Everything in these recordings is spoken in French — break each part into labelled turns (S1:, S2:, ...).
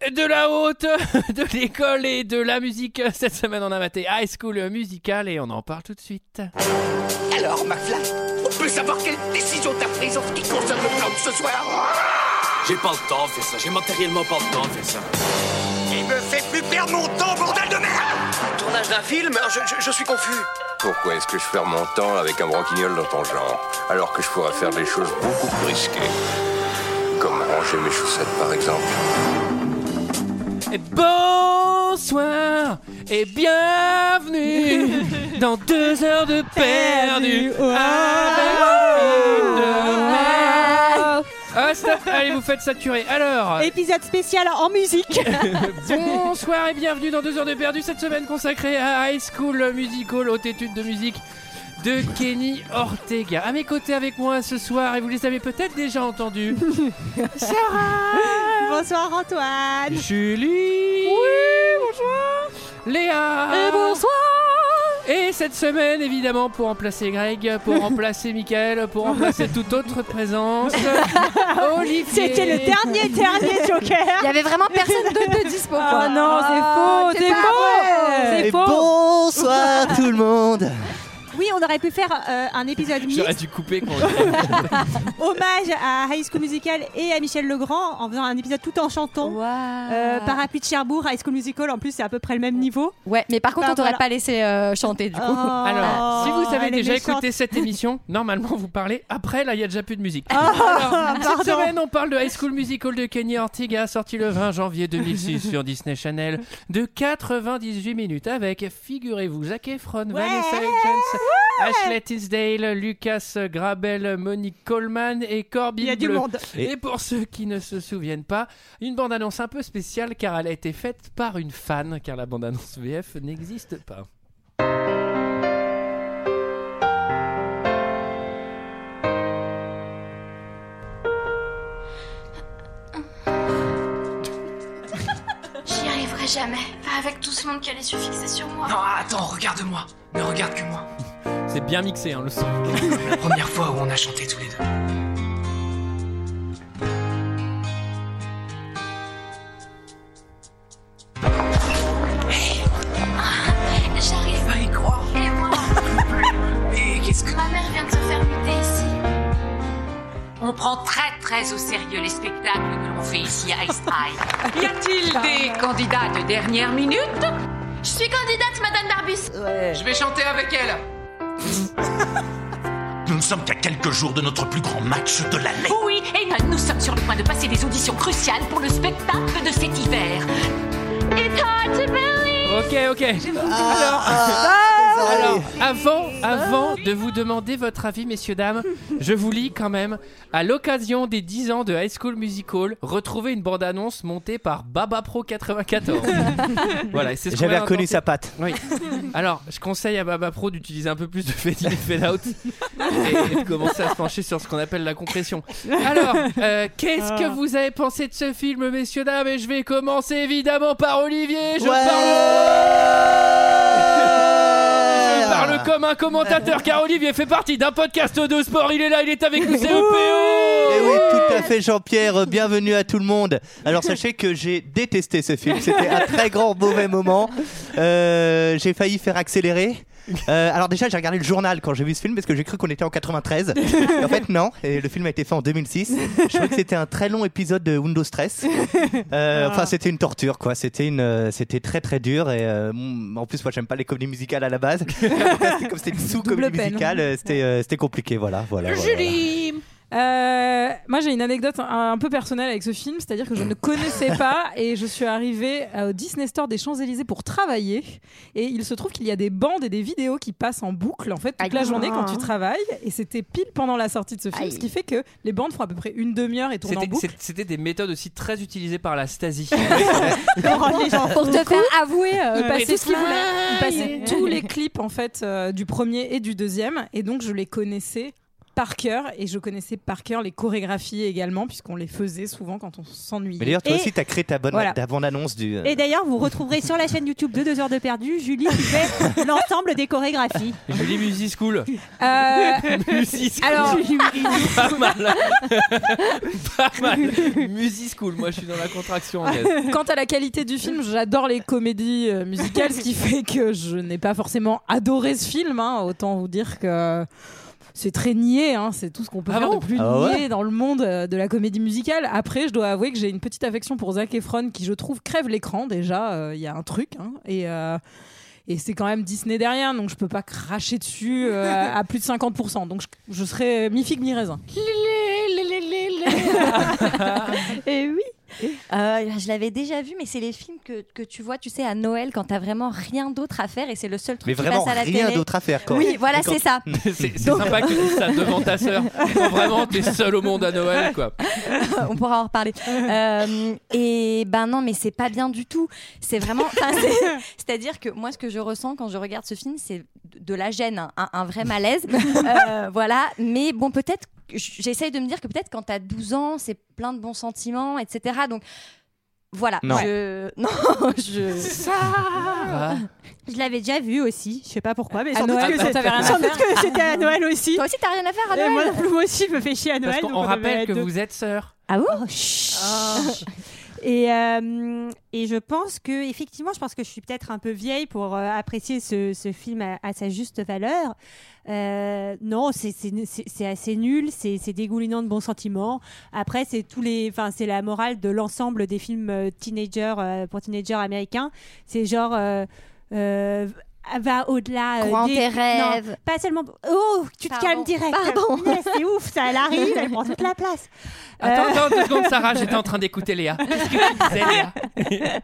S1: de la haute, de l'école et de la musique. Cette semaine, on a maté High School Musical et on en parle tout de suite.
S2: Alors, McFly, on peut savoir quelle décision t'as prise en ce qui concerne le plan de ce soir
S3: J'ai pas le temps de faire ça, j'ai matériellement pas le temps de faire ça.
S2: Il me fait plus perdre mon temps, bordel de merde
S4: Tournage d'un film je, je- je suis confus.
S5: Pourquoi est-ce que je perds mon temps avec un branquignol dans ton genre Alors que je pourrais faire des choses beaucoup plus risquées. Comme ranger mes chaussettes par exemple.
S1: Et bonsoir et bienvenue dans deux heures de perdu.
S6: Ah.
S1: avec une de merde. Ah stop, allez vous faites saturer. Alors,
S6: Épisode spécial en musique.
S1: bonsoir et bienvenue dans deux heures de perdu cette semaine consacrée à High School Musical, haute étude de musique de Kenny Ortega. À mes côtés avec moi ce soir, et vous les avez peut-être déjà entendus,
S6: Bonsoir Antoine.
S1: Julie Oui, bonsoir Léa Et bonsoir Et cette semaine, évidemment, pour remplacer Greg, pour remplacer Michael, pour remplacer toute autre présence, Ah Olivier
S6: C'était le dernier, dernier
S7: Il y
S6: joker.
S7: avait vraiment personne d'autre de dispo.
S6: Ah
S7: quoi.
S6: non, c'est
S7: Ah,
S6: faux, c'est
S7: pas
S6: faux,
S7: vrai.
S6: c'est
S8: Et
S6: faux.
S8: bonsoir tout le monde
S6: Oui, on aurait pu faire euh, un épisode
S1: J'aurais
S6: mixte,
S1: dû couper quand
S6: hommage à High School Musical et à Michel Legrand, en faisant un épisode tout en chantant.
S7: Waouh.
S6: Euh, Parapluie de Cherbourg, High School Musical, en plus c'est à peu près le même niveau.
S7: Ouais, mais par contre,
S6: Bah,
S7: on t'aurait
S6: voilà.
S7: pas laissé euh, chanter du coup.
S9: Oh. Ah.
S1: Alors, si vous avez
S6: Oh, elle est
S1: déjà
S6: méchante.
S1: écouté cette émission, normalement vous parlez après, là il n'y a déjà plus de musique.
S6: Ah,
S1: Cette
S6: pardon.
S1: semaine, on parle de High School Musical de Kenny Ortega, sorti le 20 janvier 2006 sur Disney Channel, de 98 minutes avec, figurez-vous, Zac Efron, Vanessa Hudgens, Ashley Tisdale, Lucas Grabel, Monique Coleman et Corbin
S6: Il y a du
S1: Bleu.
S6: monde.
S1: Et pour ceux qui ne se souviennent pas, une bande-annonce un peu spéciale car elle a été faite par une fan, car la bande-annonce VF n'existe pas.
S10: J'y arriverai jamais. Pas avec tout ce monde qui a les yeux fixés sur moi.
S4: Non, Ah, attends, regarde-moi. Ne regarde que moi.
S1: C'est bien mixé, hein, le son.
S4: La première fois où on a chanté tous les deux.
S10: J'arrive
S4: Pas y croire.
S10: et moi.
S4: Mais qu'est-ce que.
S10: Ma mère vient de se faire buter ici.
S11: On prend très très au sérieux les spectacles que l'on fait ici à East High. Y a-t-il des candidats de dernière minute
S10: Je suis candidate, Madame Barbus.
S4: Je vais chanter avec elle.
S2: Nous ne sommes qu'à quelques jours de notre plus grand match de l'année.
S11: Oui, et nous sommes sur le point de passer des auditions cruciales pour le spectacle de cet hiver.
S10: It's hard to believe.
S1: Ok, ok. Alors, avant, avant de vous demander votre avis, messieurs, dames, je vous lis quand même. À l'occasion des 10 ans de High School Musical, retrouvez une bande-annonce montée par Baba Pro 94. voilà, c'est ce qu'on
S8: J'avais
S1: a
S8: reconnu
S1: inventé.
S8: sa patte.
S1: Oui. Alors, je conseille à Baba Pro d'utiliser un peu plus de fade in et fade out et, et de commencer à se pencher sur ce qu'on appelle la compression. Alors, euh, qu'est-ce
S9: Ah.
S1: que vous avez pensé de ce film, messieurs, dames Et je vais commencer évidemment par Olivier. Je parle. Il parle comme un commentateur car Olivier fait partie d'un podcast de sport. Il est là, il est avec nous, c'est E
S8: Et Eh oui,
S1: EPO.
S8: tout à fait, Jean-Pierre. euh, Bienvenue à tout le monde. Alors, sachez que j'ai détesté ce film. C'était un très grand mauvais moment. Euh, j'ai failli faire accélérer. Euh, alors déjà j'ai regardé le journal quand j'ai vu ce film parce que j'ai cru qu'on était en 93 Et en fait non et le film a été fait en 2006 je trouvais que c'était un très long épisode de Windows Stress Euh, enfin c'était une torture quoi c'était une euh, c'était très très dur et euh, mm, en plus moi j'aime pas les comédies musicales à la base C'était comme c'était une sous comédie
S9: peine.
S8: musicale euh, c'était euh, c'était compliqué voilà voilà, voilà.
S9: Euh, moi, j'ai une anecdote un, un peu personnelle avec ce film, c'est-à-dire que je ne connaissais pas et je suis arrivée euh, au Disney Store des Champs-Élysées pour travailler. Et il se trouve qu'il y a des bandes et des vidéos qui passent en boucle en fait toute la journée quand tu travailles. Et c'était pile pendant la sortie de ce film,
S7: Aïe.
S9: ce qui fait que les bandes font à peu près une demi-heure et tournent en
S1: C'était-
S9: boucle.
S1: c'est- C'était des méthodes aussi très utilisées par la Stasi.
S7: Pour te faire avouer, euh,
S9: Ils passaient
S7: passer ce
S9: tout-
S7: qu'il voulait.
S9: ils passaient tous les clips en fait euh, du premier et du deuxième, et donc je les connaissais. par cœur et je connaissais par cœur les chorégraphies également puisqu'on les faisait souvent quand on s'ennuyait.
S8: Mais d'ailleurs, toi
S9: Et-
S8: aussi, t'as créé ta bonne
S9: Voilà.
S8: ta bande-annonce du. euh,
S6: Et d'ailleurs, vous retrouverez sur la chaîne YouTube de 2 heures de perdu Julie qui fait l'ensemble des chorégraphies.
S1: Julie Musi School.
S6: Euh,
S1: Musi School.
S9: Ah.
S6: alors-
S1: pas mal. pas mal. Musi School. Moi, je suis dans la contraction anglaise.
S9: Quant à la qualité du film, j'adore les comédies euh, musicales, ce qui fait que je n'ai pas forcément adoré ce film. hein. Autant vous dire que c'est très niais, hein. c'est tout ce qu'on peut
S1: Ah
S9: faire
S1: bon
S9: de plus
S8: euh,
S1: Ah ouais
S9: niais dans le monde euh, de la comédie musicale. Après, je dois avouer que j'ai une petite affection pour Zac Efron qui, je trouve, crève l'écran déjà. euh, Il y a un truc. hein. Et. euh, et c'est quand même Disney derrière, donc je peux pas cracher dessus euh, à plus de 50%. Donc je, je serais mi figue mi raisin.
S12: Et Eh oui. Euh, je l'avais déjà vu, mais c'est les films que, que tu vois, tu sais, à Noël, quand t'as vraiment rien d'autre à faire et c'est le seul truc
S8: Mais
S12: qui
S8: vraiment
S12: passe à la télé.
S8: rien d'autre à faire, quoi.
S12: Oui, voilà,
S8: Et quand-
S12: c'est ça.
S1: C'est c'est sympa que tu dises ça devant ta sœur. Quand vraiment, t'es seul au monde à Noël, quoi.
S9: Ah,
S12: On pourra en reparler. Euh, et ben non, mais c'est pas bien du tout. C'est vraiment. enfin, c'est- C'est-à-dire que moi, ce que je ressens quand je regarde ce film, c'est de- de la gêne, hein, un, un vrai malaise. Euh, voilà. Mais bon, peut-être. que j- J'essaye de me dire que peut-être quand t'as 12 ans, c'est plein de bons sentiments, etc. Donc. Voilà,
S6: Non.
S12: je... non, je...
S9: Ah,
S1: Ah,
S12: Je l'avais déjà vu aussi, je sais pas pourquoi,
S6: mais sans doute que c'est- sans doute que c'était à Noël aussi.
S12: Toi aussi, t'as rien à faire
S6: Et
S12: à Noël.
S6: Eh, moi non plus, moi aussi, je me fais chier à Noël.
S1: Parce
S6: donc
S1: qu'on
S6: en avait
S1: rappelle que
S6: deux.
S1: vous êtes sœurs.
S12: Ah bon
S6: Ah. et, euh, et je pense que, effectivement, je pense que je suis peut-être un peu vieille pour euh, apprécier ce, ce film à, à sa juste valeur. Euh, non, c'est- c'est c'est- c'est assez nul, c'est c'est dégoulinant de bons sentiments. Après, c'est tous les, enfin, c'est la morale de l'ensemble des films euh, teenagers euh, pour teenagers américains. C'est genre. euh, euh, va au-delà euh,
S12: Crois en
S6: des-
S12: tes
S6: non,
S12: rêves.
S6: pas seulement oh tu te
S12: Pardon.
S6: calmes direct
S12: Pardon.
S6: Yes, c'est ouf ça elle arrive elle prend toute la place
S1: Attends,
S6: Euh,
S1: attends deux secondes, Sarah, j'étais en train d'écouter Léa. Qu'est-ce que tu disais, Léa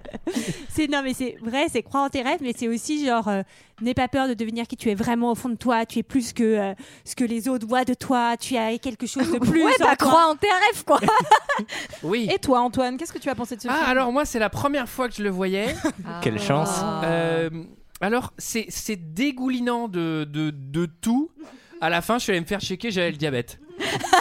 S6: c'est non mais c'est vrai c'est croire en tes rêves mais c'est aussi genre euh, n'aie pas peur de devenir qui tu es vraiment au fond de toi tu es plus que euh, ce que les autres voient de toi tu as quelque chose de plus
S12: Ouais,
S6: en
S12: bah,
S6: toi.
S12: crois en tes rêves, quoi.
S1: Oui.
S9: Et toi, Antoine, qu'est-ce que tu as pensé de ce
S1: Ah,
S9: film
S1: alors moi, c'est la première fois que je le voyais.
S8: Quelle chance.
S1: Euh, alors, c'est c'est dégoulinant de, de, de tout. À la fin, je suis allé me faire checker, j'avais le diabète.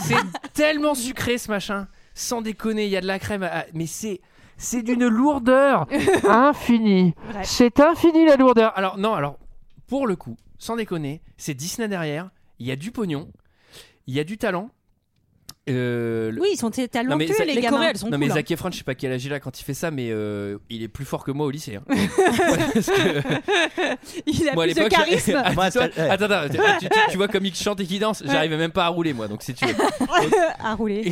S1: C'est tellement sucré ce machin. Sans déconner, il y a de la crème. à- à- Mais c'est. C'est d'une lourdeur infinie.
S13: Vrai.
S1: C'est infini la lourdeur. Alors, non, alors, pour le coup, sans déconner, c'est Disney derrière. Il y a du pognon. Il y a du talent. Euh, le-
S6: oui ils sont très
S1: non, mais
S6: talentueux
S1: Zac-
S6: les gamins
S1: Non,
S6: hein.
S1: mais Zac Efron, je sais pas quel âge il a quand il fait ça, mais euh, il est plus fort que moi au lycée. hein. Parce que-
S6: il a
S1: Moi, à
S6: plus de
S1: l'époque, je-
S6: charisme
S1: Ah,
S8: Moi,
S1: dis-toi-
S8: ça- ouais.
S1: attends, attends, tu, tu- tu vois comme il chante et qu'il danse, j'arrivais même pas à rouler moi, donc si tu veux.
S6: à rouler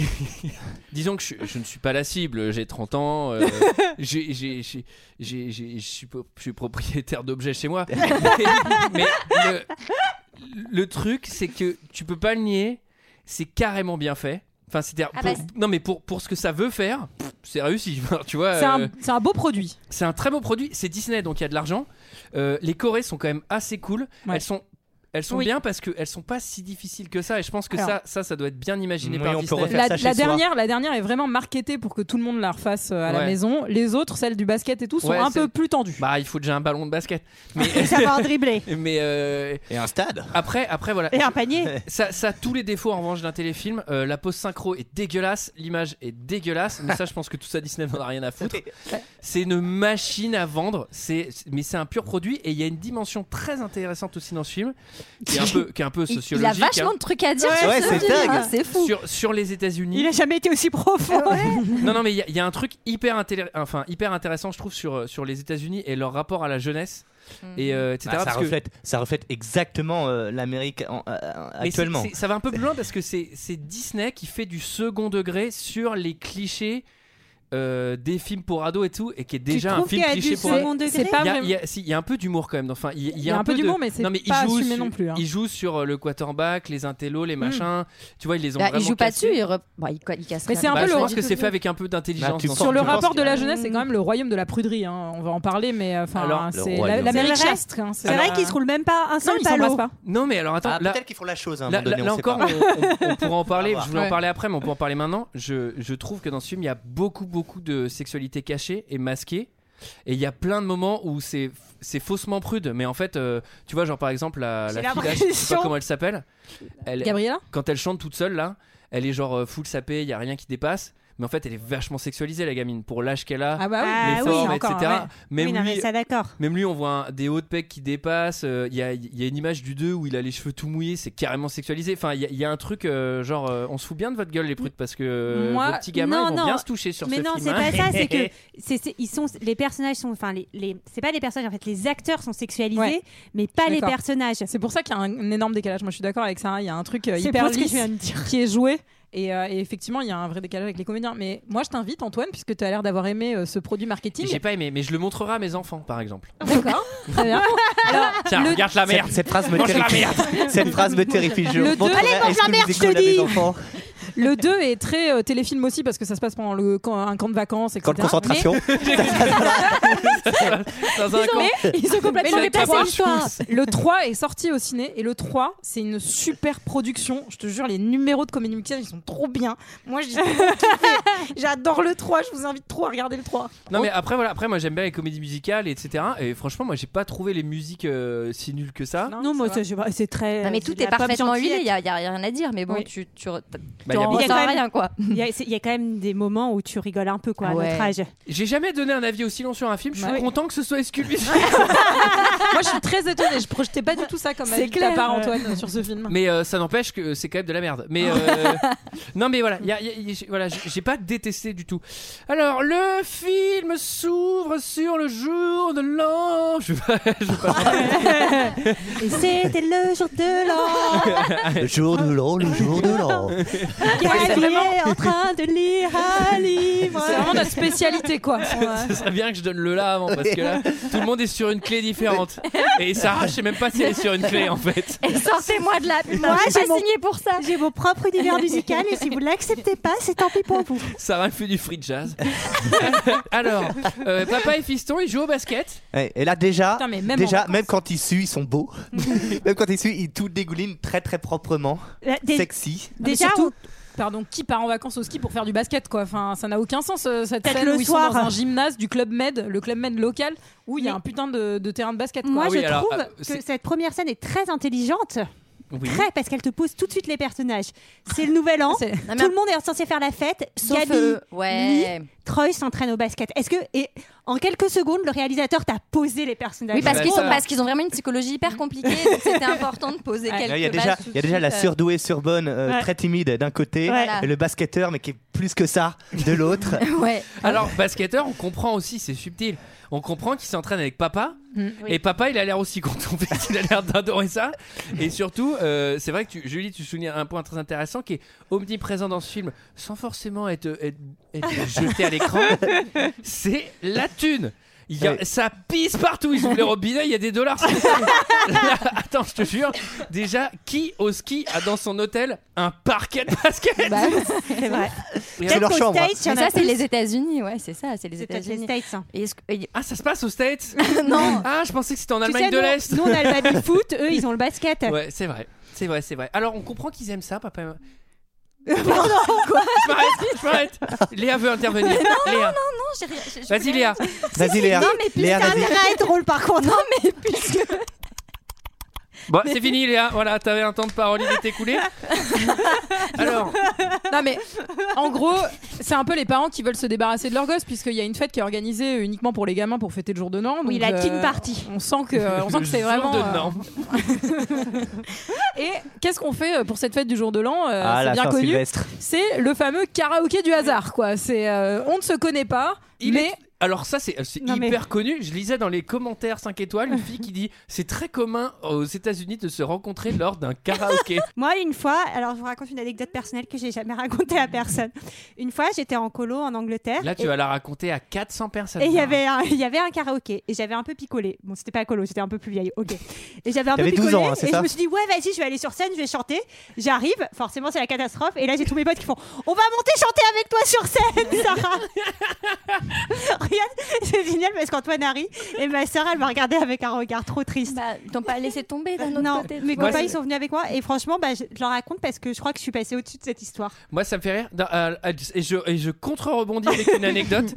S1: Disons que je, je ne suis pas la cible, j'ai 30 ans, euh, j'ai- j'ai- j'ai- j'ai- j'ai- je suis pro- je suis propriétaire d'objets chez moi. mais mais le, le truc, c'est que tu peux pas le nier, c'est carrément bien fait. Enfin, c'est-à-dire,
S9: Ah
S1: pour-
S9: bah,
S1: non mais pour, pour ce que ça veut faire, pff, c'est réussi, tu vois.
S9: C'est un,
S1: euh,
S9: c'est un beau produit.
S1: c'est un très beau produit. C'est Disney, donc il y a de l'argent. Euh, les Corées sont quand même assez cool. Elles sont, elles sont
S9: Oui.
S1: bien parce qu'elles sont pas si difficiles que ça. Et je pense que
S9: Alors.
S1: ça, ça, ça doit être bien imaginé
S8: Oui,
S1: par
S8: on peut
S1: Disney.
S8: refaire
S9: La, la dernière, la dernière est vraiment marketée pour que tout le monde la refasse euh, à la
S1: Ouais.
S9: maison. Les autres, celles du basket et tout, sont
S1: Ouais,
S9: un
S1: c'est-
S9: peu plus tendues.
S1: Bah, il faut déjà un ballon de basket.
S6: Et savoir dribbler.
S1: Mais euh,
S8: Et un stade.
S1: Après, après voilà.
S6: Et un panier.
S1: Ça, ça a tous les défauts en revanche d'un téléfilm. Euh, la pose synchro est dégueulasse, l'image est dégueulasse. Mais ça, je pense que tout ça Disney n'en a rien à foutre. C'est une machine à vendre. C'est, c'est- mais c'est un pur produit et il y a une dimension très intéressante aussi dans ce film, qui est un peu, qui est un peu
S12: Il- il a
S1: sociologique. hein.
S12: vachement de trucs à dire sur Ouais, ce c'est film, dingue. hein, c'est fou.
S1: Sur, sur les États-Unis.
S6: il a jamais été aussi profond
S1: Non, non, mais il y a- il y, a un truc hyper, intélé- enfin, hyper intéressant, je trouve, sur, sur les États-Unis et leur rapport à la jeunesse.
S9: Mhm.
S1: Et, euh, etc.
S8: Bah, ça,
S1: parce que-
S8: reflète, ça reflète exactement euh, l'Amérique en- euh,
S1: Mais c'est-
S8: actuellement.
S1: c'est- ça va un peu plus loin parce que c'est c'est Disney qui fait du second degré sur les clichés. euh, des films pour ados et tout et qui est déjà un
S9: trouves
S1: film
S9: qu'il y a
S1: cliché
S9: du
S1: pour
S9: second
S1: ados.
S9: degré
S1: il,
S9: C'est pas
S1: y a,
S9: vraiment-
S1: il y a- si, il y a un peu d'humour quand même enfin il y,
S9: Il y a un peu
S1: de-
S9: d'humour, mais c'est
S1: non, mais il
S9: pas
S1: joue
S9: assumé
S1: sur-
S9: non plus, hein. Hmm.
S1: il joue sur euh, le quarterback les intellos les machins tu vois ils les ont
S12: Bah,
S1: vraiment
S12: il joue pas
S1: cassés.
S12: dessus, il, re... bon, il, il casse
S9: Mais
S12: rien.
S9: c'est un
S1: Bah,
S9: peu
S1: je
S9: le-
S1: pense que c'est fait avec
S8: Bah,
S1: un peu d'intelligence dans ce
S9: Sur le
S1: sens.
S9: rapport de la jeunesse, c'est quand même le royaume de la pruderie. hein. On va en parler, mais euh, enfin,
S1: Alors, le
S9: c'est
S1: royaume.
S9: la- l'Amérique
S1: C'est vrai
S9: chaste. hein.
S1: C'est vrai
S9: pas-
S1: qu'ils se roulent
S6: même pas un
S9: seul ils s'embrassent pas.
S1: Non, mais alors attends.
S8: Ah,
S1: là-
S8: peut-être qu'ils font la chose à un
S1: là,
S8: moment donné,
S1: là- là
S8: on sait
S1: encore,
S8: pas.
S1: on, on- on pourra en parler.
S8: On va
S1: Je voulais en
S8: voir.
S1: parler après, mais on peut en parler maintenant. Je, je trouve que dans ce film, il y a beaucoup, beaucoup de sexualité cachée et masquée. Et il y a plein de moments où c'est c'est faussement prude, mais en fait, euh, tu vois, genre par exemple, la, la
S9: J'ai
S1: fille, là, je sais
S9: l'impression.
S1: pas comment elle s'appelle. Elle-
S9: Gabriella
S1: Quand elle chante toute seule, là, elle est genre euh, full sapée, il y a rien qui dépasse. Mais en fait, elle est vachement sexualisée, la gamine, pour l'âge qu'elle a,
S6: Ah bah oui. Ah
S1: les
S6: oui,
S1: formes,
S6: encore,
S1: etc.
S6: ouais.
S1: Même,
S6: Oui, non, mais
S1: lui,
S6: ça, d'accord.
S1: même lui, on voit un- des hauts de pec qui dépassent. euh, Il y, a, il y a une image du 2 où il a les cheveux tout mouillés, c'est carrément sexualisé. Enfin, il y, a- il y a un truc, euh, genre, euh, on se fout bien de votre gueule, les prudes, parce que euh, vos petits gamins
S6: non,
S1: ils vont
S6: non.
S1: bien se toucher sur
S6: mais
S1: ce
S6: non,
S1: film.
S6: c'est
S1: hein.
S6: pas ça, c'est que c'est, c'est- ils sont, les personnages sont. Enfin, les, les- c'est pas les personnages, en fait, les acteurs sont sexualisés, mais pas les personnages.
S9: C'est pour ça qu'il y a un, un énorme décalage. Moi, je suis d'accord avec ça. Il y a un truc euh,
S6: C'est
S9: hyper
S6: pour ce que
S9: lisse
S6: je viens de dire.
S9: qui est joué. Et, euh, et effectivement, il y a un vrai décalage avec les comédiens. Mais moi, je t'invite, Antoine, puisque tu as l'air d'avoir aimé euh, ce produit marketing.
S1: J'ai pas aimé, mais je le montrerai à mes enfants, par exemple.
S9: Très bien. Alors,
S6: Ah,
S1: Tiens, regarde la merde.
S8: Cette, cette phrase me
S1: Mange la
S8: terrifie.
S1: merde.
S8: Cette phrase me terrifie. Je
S9: Le deux-
S8: montrerai
S9: Allez, mange
S8: à
S9: la
S8: Escoubou
S9: merde, je te
S8: Zigoul à mes
S9: dis.
S8: enfants.
S9: Le 2 est très euh, téléfilm aussi parce que ça se passe pendant le camp- un camp de vacances, etc.
S8: Camp de concentration.
S9: Mais-
S1: Dans
S9: ils, ont, mais ils ont complètement
S7: Mais le
S9: dépassé
S7: trois-
S9: l'histoire. Le 3 est sorti au ciné et le 3, c'est une super production. Je te jure, les numéros de comédie musicale, ils sont trop bien. Moi, j'ai trop kiffé. j'adore le 3. Je vous invite trop à regarder le 3.
S1: Non mais après voilà après moi j'aime bien les comédies musicales etc et franchement moi j'ai pas trouvé les musiques euh, si nulles que ça.
S6: Ah, Non, moi, ça, je sais pas, c'est très.
S12: Non, mais
S6: c'est
S12: tout
S6: de
S12: est
S6: la pop
S12: parfaitement
S6: gentillette.
S12: huilé, il n'y a, y a rien à dire, mais bon,
S6: Oui.
S12: tu, tu re- t-
S1: Bah,
S12: tu
S1: y a
S12: en
S1: beaucoup-
S12: ressens
S6: quand même-
S12: rien, quoi.
S6: Il y, a- c'est- il y a quand même des moments où tu rigoles un peu, quoi, à
S1: Ouais.
S6: notre âge.
S1: J'ai jamais donné un avis aussi long sur un film. Je suis
S6: Bah
S9: Ouais.
S1: content que ce soit SQB.
S9: Moi, je suis très étonnée. Je projetais pas du tout ça comme
S6: C'est
S9: avis de ta
S6: clair.
S9: part, Antoine, sur ce film.
S1: mais euh, ça n'empêche que c'est quand même de la merde. Mais euh, non mais voilà y a- y a- y- voilà j'ai- j'ai pas détesté du tout. Alors le film s'ouvre sur le jour de l'an. Je vais pas- je vais pas-
S6: Et c'était le jour de l'an.
S8: Le jour de l'an, le jour de l'an.
S6: Gabi est en train de lire un livre.
S9: C'est vraiment notre spécialité, quoi. euh,
S1: Ce serait bien que je donne le là avant parce que là, tout le monde est sur une clé différente. Et Sarah, je sais même pas si elle est sur une clé en fait.
S12: Et sortez-moi de là, putain,
S6: Moi,
S12: j'ai pas
S6: j'ai mon-
S12: signé pour ça.
S6: J'ai mon propre univers musical et si vous l'acceptez pas, c'est tant pis pour vous.
S1: Sarah fait du free jazz. Alors, euh, papa et fiston, ils jouent au basket.
S8: Ouais, et là déjà,
S1: Putain, mais même en
S8: déjà
S1: vacances.
S8: même quand ils suent, ils sont beaux. même quand ils suent, ils tout dégoulinent très très proprement,
S9: Euh, des-
S8: sexy.
S9: Non, mais surtout, Pardon, qui part en vacances au ski pour faire du basket quoi Enfin, ça n'a aucun sens euh, cette
S6: Peut-être
S9: scène
S6: le
S9: où ils
S6: soir.
S9: sont dans un gymnase du club Med, le club Med local où il y a un putain de, de terrain de basket.
S1: Ah
S6: Moi, je trouve
S1: c'est-
S6: que cette première scène est très intelligente.
S1: Oui.
S6: Très, parce qu'elle te pose tout de suite les personnages. C'est le nouvel an, tout le monde est censé faire la fête.
S12: Sauf,
S6: Gabi,
S12: euh, ouais.
S6: Lee, Troy s'entraîne au basket. Est-ce que, et en quelques secondes, le réalisateur t'a posé les personnages
S12: Oui, parce
S8: Bah,
S12: qu'ils
S8: ça-
S12: ont, parce qu'ils ont vraiment une psychologie hyper compliquée, donc c'était important de poser
S8: Il
S12: quelques
S8: y a déjà,
S12: bases tout
S8: il y a
S12: de
S8: déjà la
S12: suite, euh.
S8: surdouée, surbonne, euh,
S12: Ouais.
S8: très timide d'un côté,
S12: Voilà.
S8: et le basketteur, mais qui est plus que ça, de l'autre.
S12: Ouais.
S1: Alors, basketteur, on comprend aussi, c'est subtil. On comprend qu'il s'entraîne avec papa.
S12: Mm.
S1: Et papa, il a l'air aussi content parce qu'il a l'air d'adorer ça. Et surtout, euh, c'est vrai que tu, Julie, tu soulignes un point très intéressant qui est omniprésent dans ce film, sans forcément être, être- être jeté à l'écran. c'est la thune. Il y a-
S8: Ouais.
S1: Ça pisse partout. Ils ouvrent les robinets, il y a des dollars. Là, Attends, je te jure. Déjà, qui au ski a dans son hôtel un parquet de basket
S6: C'est vrai.
S1: Et
S6: Peut-être
S1: alors-
S6: qu'aux States, il y en a
S12: Mais Bah, ça, c'est
S6: plus.
S12: les États-Unis, ouais, c'est ça, c'est les
S6: C'est peut-être
S12: États-Unis.
S6: les States, hein.
S12: Et est-ce que- et-
S1: Ah, ça se passe aux States
S12: Non.
S1: Ah, je pensais que c'était en
S6: Tu
S1: Allemagne
S6: sais,
S1: de
S6: nous-
S1: l'Est.
S6: Nous, on a le baby foot, eux, ils ont le basket.
S1: Ouais, c'est vrai. C'est vrai, c'est vrai. Alors, on comprend qu'ils aiment ça, papa. et maman.
S12: quoi
S1: Je m'arrête, je m'arrête. Léa veut intervenir. Léa.
S12: Non, j'ai rien. je- je
S1: Vas-y,
S12: voulais-
S1: Léa.
S8: Vas-y Léa,
S12: Non, mais
S8: Léa
S12: putain,
S8: vas-y.
S12: mais-
S6: Ah, être drôle, par contre.
S12: Non, mais puisque.
S1: Bon, c'est fini, Léa. Voilà, t'avais un temps de parole, il est écoulé. Alors,
S9: Non mais en gros, c'est un peu les parents qui veulent se débarrasser de leur gosse puisqu'il y a une fête qui est organisée uniquement pour les gamins pour fêter le jour de Noël.
S6: Oui,
S9: donc, euh,
S6: la teen party.
S9: On sent que, on sent que c'est
S1: le
S9: vraiment.
S1: jour de
S9: euh,
S1: Nantes.
S9: Et qu'est-ce qu'on fait euh, pour cette fête du jour de l'an Euh,
S8: Ah,
S9: C'est
S8: la
S9: bien connu.
S8: Saint-Sylvestre.
S9: C'est le fameux karaoké du hasard, quoi. C'est euh, on ne se connaît pas,
S1: Il
S9: mais
S1: est- Alors ça c'est c'est
S6: Non, mais-
S1: hyper connu, je lisais dans les commentaires 5 étoiles une fille qui dit c'est très commun aux États-Unis de se rencontrer lors d'un karaoké.
S6: Moi, une fois, alors je vous raconte une anecdote personnelle que j'ai jamais racontée à personne. Une fois, j'étais en colo en Angleterre.
S1: Là tu
S6: et-
S1: vas la raconter à 400 personnes.
S6: Et il y avait un, il y avait un karaoké et j'avais un peu picolé. Bon, c'était pas à colo, j'étais un peu plus vieille. Ok. Et j'avais un peu
S8: T'avais 12
S6: picolé
S8: ans, hein, c'est
S6: et
S8: ça
S6: je me suis dit ouais, vas-y, je vais aller sur scène, je vais chanter. J'arrive, forcément c'est la catastrophe. Et là j'ai tous mes potes qui font on va monter chanter avec toi sur scène, Sarah. Regarde, c'est génial parce qu'Antoine Harry et ma sœur, elle m'a regardé avec un regard trop triste.
S12: Ils Bah, t'ont pas laissé tomber d'un autre
S6: non,
S12: côté.
S6: Mes
S1: Moi,
S6: copains,
S1: c'est-
S6: ils sont venus avec moi et franchement, bah, je je leur raconte parce que je crois que je suis passée au-dessus de cette histoire.
S1: Moi, ça me fait rire. Non, euh, et je, et je contre-rebondis avec une anecdote.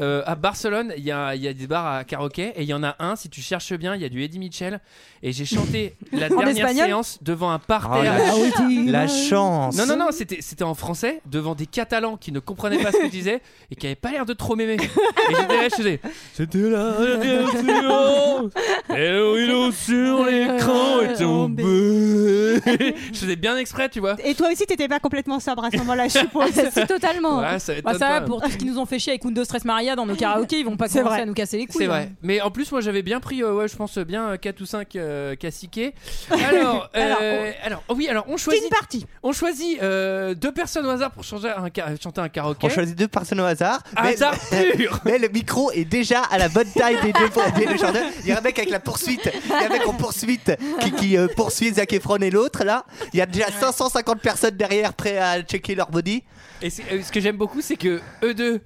S1: Euh, à Barcelone, il y a, il y a des bars à karaoké et il y en a un, si tu cherches bien, il y a du Eddie Mitchell. Et j'ai chanté la
S9: En
S1: dernière
S9: espagnol
S1: séance devant un
S8: Oh,
S1: parterre.
S8: la Ah oui, dis- la chance.
S1: Non, non, non, c'était c'était en français, devant des Catalans qui ne comprenaient pas ce que je disais et qui n'avaient pas l'air de trop m'aimer. Et j'étais là, je faisais C'était la dernière séance et le rideau sur l'écran est tombé. je faisais bien exprès, tu vois.
S6: Et toi aussi, t'étais pas complètement sobre à ce moment-là, je suppose.
S1: Si, totalement. Ouais, ça
S9: Bah,
S1: étonne
S9: va,
S1: pas.
S9: pour tous ceux qui nous ont fait chier avec Undo Stress Maria dans nos karaokés, ils vont pas
S6: C'est
S9: commencer
S6: vrai.
S9: à nous casser les couilles.
S1: C'est vrai.
S9: hein.
S1: Mais en plus, moi, j'avais bien pris, euh, ouais, je pense euh, bien 4 ou 5 caciqués. Alors, euh,
S9: Alors,
S1: alors,
S9: on-
S1: oh oui, alors on choisit. Une partie. On choisit euh, deux personnes au hasard pour changer un ca- chanter un karaoké.
S8: On choisit deux personnes au hasard.
S1: Hasard
S8: mais,
S1: pur.
S8: mais le micro est déjà à la bonne taille des deux, des deux chanteurs. Il y a un mec avec la poursuite. Il y a un mec en poursuite qui, qui, euh, poursuit Zac Efron et l'autre là. Il y a déjà 550 personnes derrière prêts à checker leur body.
S1: Et c'est- euh, ce que j'aime beaucoup, c'est que eux deux.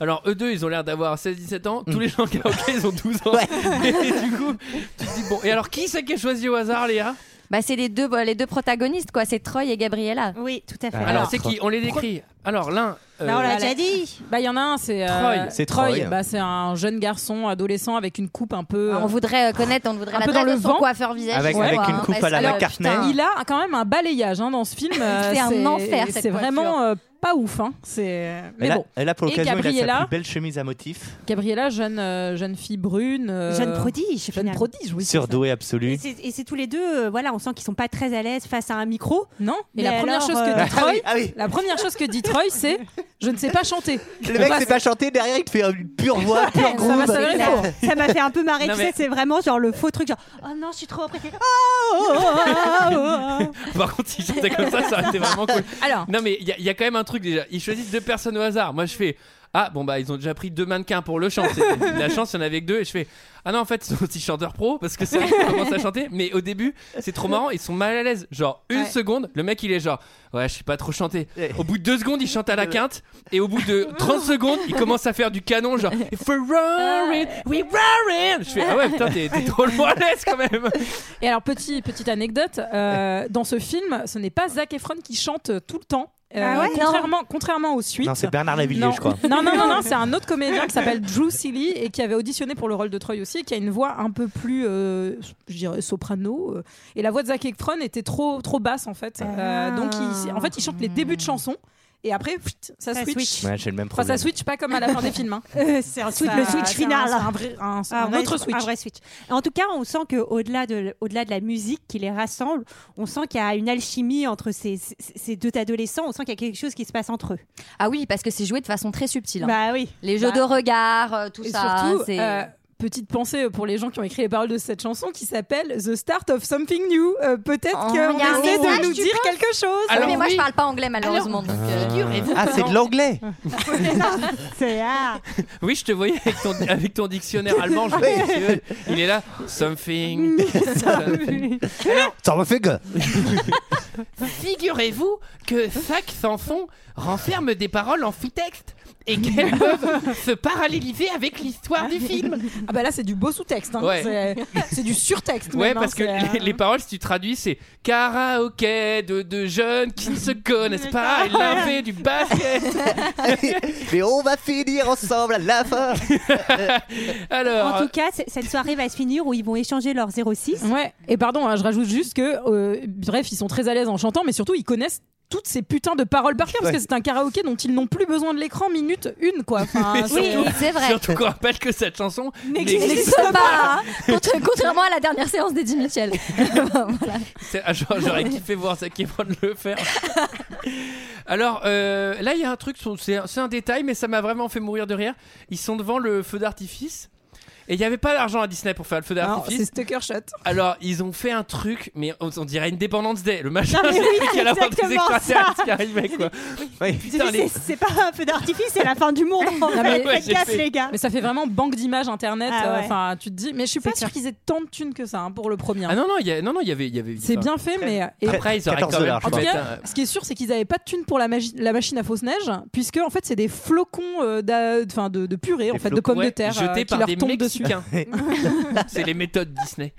S1: Alors, eux deux, ils ont l'air d'avoir 16-17 ans. Tous les gens qui karaoké, ils ont 12 ans. Et du coup, tu te dis, bon, et alors qui c'est qui a choisi au hasard, Léa
S12: Bah, c'est les deux, les deux protagonistes, quoi. C'est Troy et Gabriella.
S6: Oui, tout à fait.
S1: Alors, c'est qui On les décrit. Alors, l'un. euh,
S6: dit.
S9: Bah, il y en a un, c'est. euh,
S1: Troy. C'est Troy.
S9: Bah, c'est un jeune garçon adolescent avec une coupe un
S6: Ah.
S9: peu.
S12: On voudrait euh, connaître, on voudrait
S9: un
S12: la
S9: peu dans le
S12: de son
S9: vent.
S12: coiffeur visage.
S8: Avec- avec une coupe à la McCartney.
S9: euh, Il a quand même un balayage hein, dans ce film. euh,
S12: C'est un enfer, cette
S9: C'est
S12: voiture.
S9: vraiment euh, pas ouf. Hein. C'est. Mais
S8: et, là,
S9: bon.
S8: et là, pour
S9: Et
S8: l'occasion, il a sa
S9: Gabriella,
S8: plus belle chemise à motif.
S9: Gabriella, jeune, euh, jeune fille brune. euh,
S6: Jeune prodige,
S9: Jeune
S6: finalement.
S9: prodige, oui.
S8: Surdoué absolu.
S6: Et c'est- Et c'est tous les deux, euh, voilà, on sent qu'ils sont pas très à l'aise face à un micro. euh,
S9: Non, Et la première, chose que dit
S8: Ah
S9: euh, Troy,
S8: oui, ah oui.
S9: la première chose que dit Troy, c'est Je ne sais pas chanter.
S8: Le mec sait pas chanter, derrière il te fait une pure voix, pure
S9: Ça m'a
S8: groove.
S9: sonné fort.
S6: Ça m'a fait un peu marrer,
S8: Non,
S6: tu
S8: mais-
S6: sais, c'est vraiment genre le faux truc, genre oh non, je suis trop empressée. Oh, oh, oh, oh, oh.
S1: Par contre, si j'étais comme ça, ça aurait été vraiment cool.
S9: Alors.
S1: Non, mais il y, a- il y a quand même un truc déjà. Ils choisissent deux personnes au hasard. Moi, je fais. Ah, bon, bah, ils ont déjà pris deux mannequins pour le chant. C'est- La chance, il y en avait que deux. Et je fais. Ah non, en fait, ils sont aussi chanteurs pro parce que ça commence à chanter. Mais au début, c'est trop marrant. Ils sont mal à l'aise. Genre, une seconde, le mec, il est genre. Ouais, je sais pas trop chanter. Au bout de deux secondes, il chante à la quinte. Et au bout de 30 secondes, il commence à faire du canon. Genre, If we're roaring, we roaring. Je fais. Ah ouais, putain, t'es t'es trop loin à l'aise quand même.
S9: Et alors, petit, petite anecdote
S4: Eh.
S9: euh, dans ce film, ce n'est pas Zac Efron qui chante tout le temps. Euh,
S8: Ah ouais
S9: contrairement, contrairement aux suites.
S8: Non, c'est Bernard Lavilliers,
S9: non.
S8: je crois.
S9: Non, non, non, non, c'est un autre comédien qui s'appelle Drew Seeley et qui avait auditionné pour le rôle de Troy aussi et qui a une voix un peu plus, euh, je dirais, soprano. euh. Et la voix de Zac Efron était trop, trop basse en fait. Euh, donc, il- en fait, il chante les débuts de chansons et après, pfft, ça,
S6: Ça
S9: switch.
S6: Euh, switch.
S8: Ouais, j'ai le même
S9: Enfin, ça
S8: problème.
S9: switch pas comme à la fin des films. hein.
S6: Euh, c'est un switch,
S9: Ça-
S6: le switch
S9: c'est un-
S6: final.
S9: c'est un vrai- un- un
S6: vrai-
S9: autre switch.
S6: un vrai switch. En tout cas, on sent que au-delà de au-delà de la musique qui les rassemble, on sent qu'il y a une alchimie entre ces, ces- ces deux adolescents. On sent qu'il y a quelque chose qui se passe entre eux.
S12: Ah oui, parce que c'est joué de façon très subtile. hein.
S6: Bah oui.
S12: Les jeux
S6: Bah.
S12: de regard, euh, tout
S9: Et
S12: ça.
S9: surtout,
S12: c'est-
S9: euh, petite pensée pour les gens qui ont écrit les paroles de cette chanson qui s'appelle The Start of Something New. Euh, Peut-être
S12: Oh,
S9: qu'on
S12: y a un
S9: essaie
S12: message,
S9: de nous
S12: tu
S9: dire
S12: penses
S9: quelque chose.
S12: Oui, mais moi, je parle pas anglais, malheureusement. donc, euh,
S8: Ah, c'est de l'anglais.
S6: C'est ah.
S1: Oui, je te voyais avec ton, avec ton dictionnaire allemand. je me disais, il est là. Something. something.
S8: Ça m'a fait que.
S1: Figurez-vous que chaque chanson renferme des paroles en sous-texte et qu'elles peuvent se paralléliser avec l'histoire du film.
S9: Ah bah là, c'est du beau sous-texte. hein.
S1: Ouais.
S9: C'est- C'est du surtexte.
S1: Ouais,
S9: même, hein,
S1: parce que
S9: c'est, euh,
S1: les, les paroles, si tu traduis, c'est karaoké de, de jeunes qui ne se connaissent pas et laver du basket.
S9: Ah.
S8: Mais on va finir ensemble à la fin.
S1: Alors,
S9: Euh,
S6: En tout cas, c- cette soirée va se finir où ils vont échanger leur 06.
S9: Ouais. Et pardon, hein, je rajoute juste que, euh, bref, ils sont très à l'aise en chantant, mais surtout, ils connaissent toutes ces putains de paroles par cœur parce
S1: Ouais.
S9: que c'est un karaoké dont ils n'ont plus besoin de l'écran minute une quoi. Enfin,
S8: Ah.
S1: mais
S9: c'est-
S1: surtout- Surtout qu'on rappelle que cette chanson
S12: n'existe pas, hein. Contre- contrairement à la dernière séance d'Eddie Mitchell.
S1: C'est- ah, genre, J'aurais kiffé voir ça qui va le faire. Alors euh, là, il y a un truc, c'est un, c'est un détail, mais ça m'a vraiment fait mourir de rire. Ils sont devant le feu d'artifice. Et il n'y avait pas d'argent à Disney pour faire le feu d'artifice.
S9: c'est Stucker Shot.
S1: Alors, ils ont fait un truc, mais on, on dirait une dépendance des. Le machin,
S6: Non, mais
S1: c'est
S6: oui,
S1: le truc à la porte des
S6: exactement ça.
S1: extraterrestres qui arrivait, quoi. Putain,
S6: C'est-
S1: les-
S6: C'est pas un feu d'artifice, c'est la fin du monde.
S9: Non,
S6: En fait.
S9: mais-
S6: Faites gaffe, les gars.
S9: Mais ça fait vraiment banque d'images internet.
S6: Ah
S9: euh,
S6: ouais.
S9: Enfin, tu te dis, mais je suis pas sûr qu'ils aient tant de thunes que ça hein, pour le premier.
S1: Ah non, non, il y a- non, non, il y avait. il y avait-
S9: C'est
S1: enfin,
S9: bien fait, mais et-
S1: Après, ils auraient
S8: 14
S1: quand même
S8: dollars,
S1: pu
S9: En tout
S1: mettre
S9: cas,
S1: un-
S9: ce qui est sûr, c'est qu'ils n'avaient pas de thunes pour la, magi- la machine à fausse neige, puisque en fait, c'est des flocons euh, d'a- enfin, de, de purée, en fait, de pommes
S1: Ouais,
S9: de terre euh,
S1: jetés
S9: qui
S1: par
S9: leur
S1: des
S9: tombent dessus.
S1: Mexicains. c'est les méthodes Disney.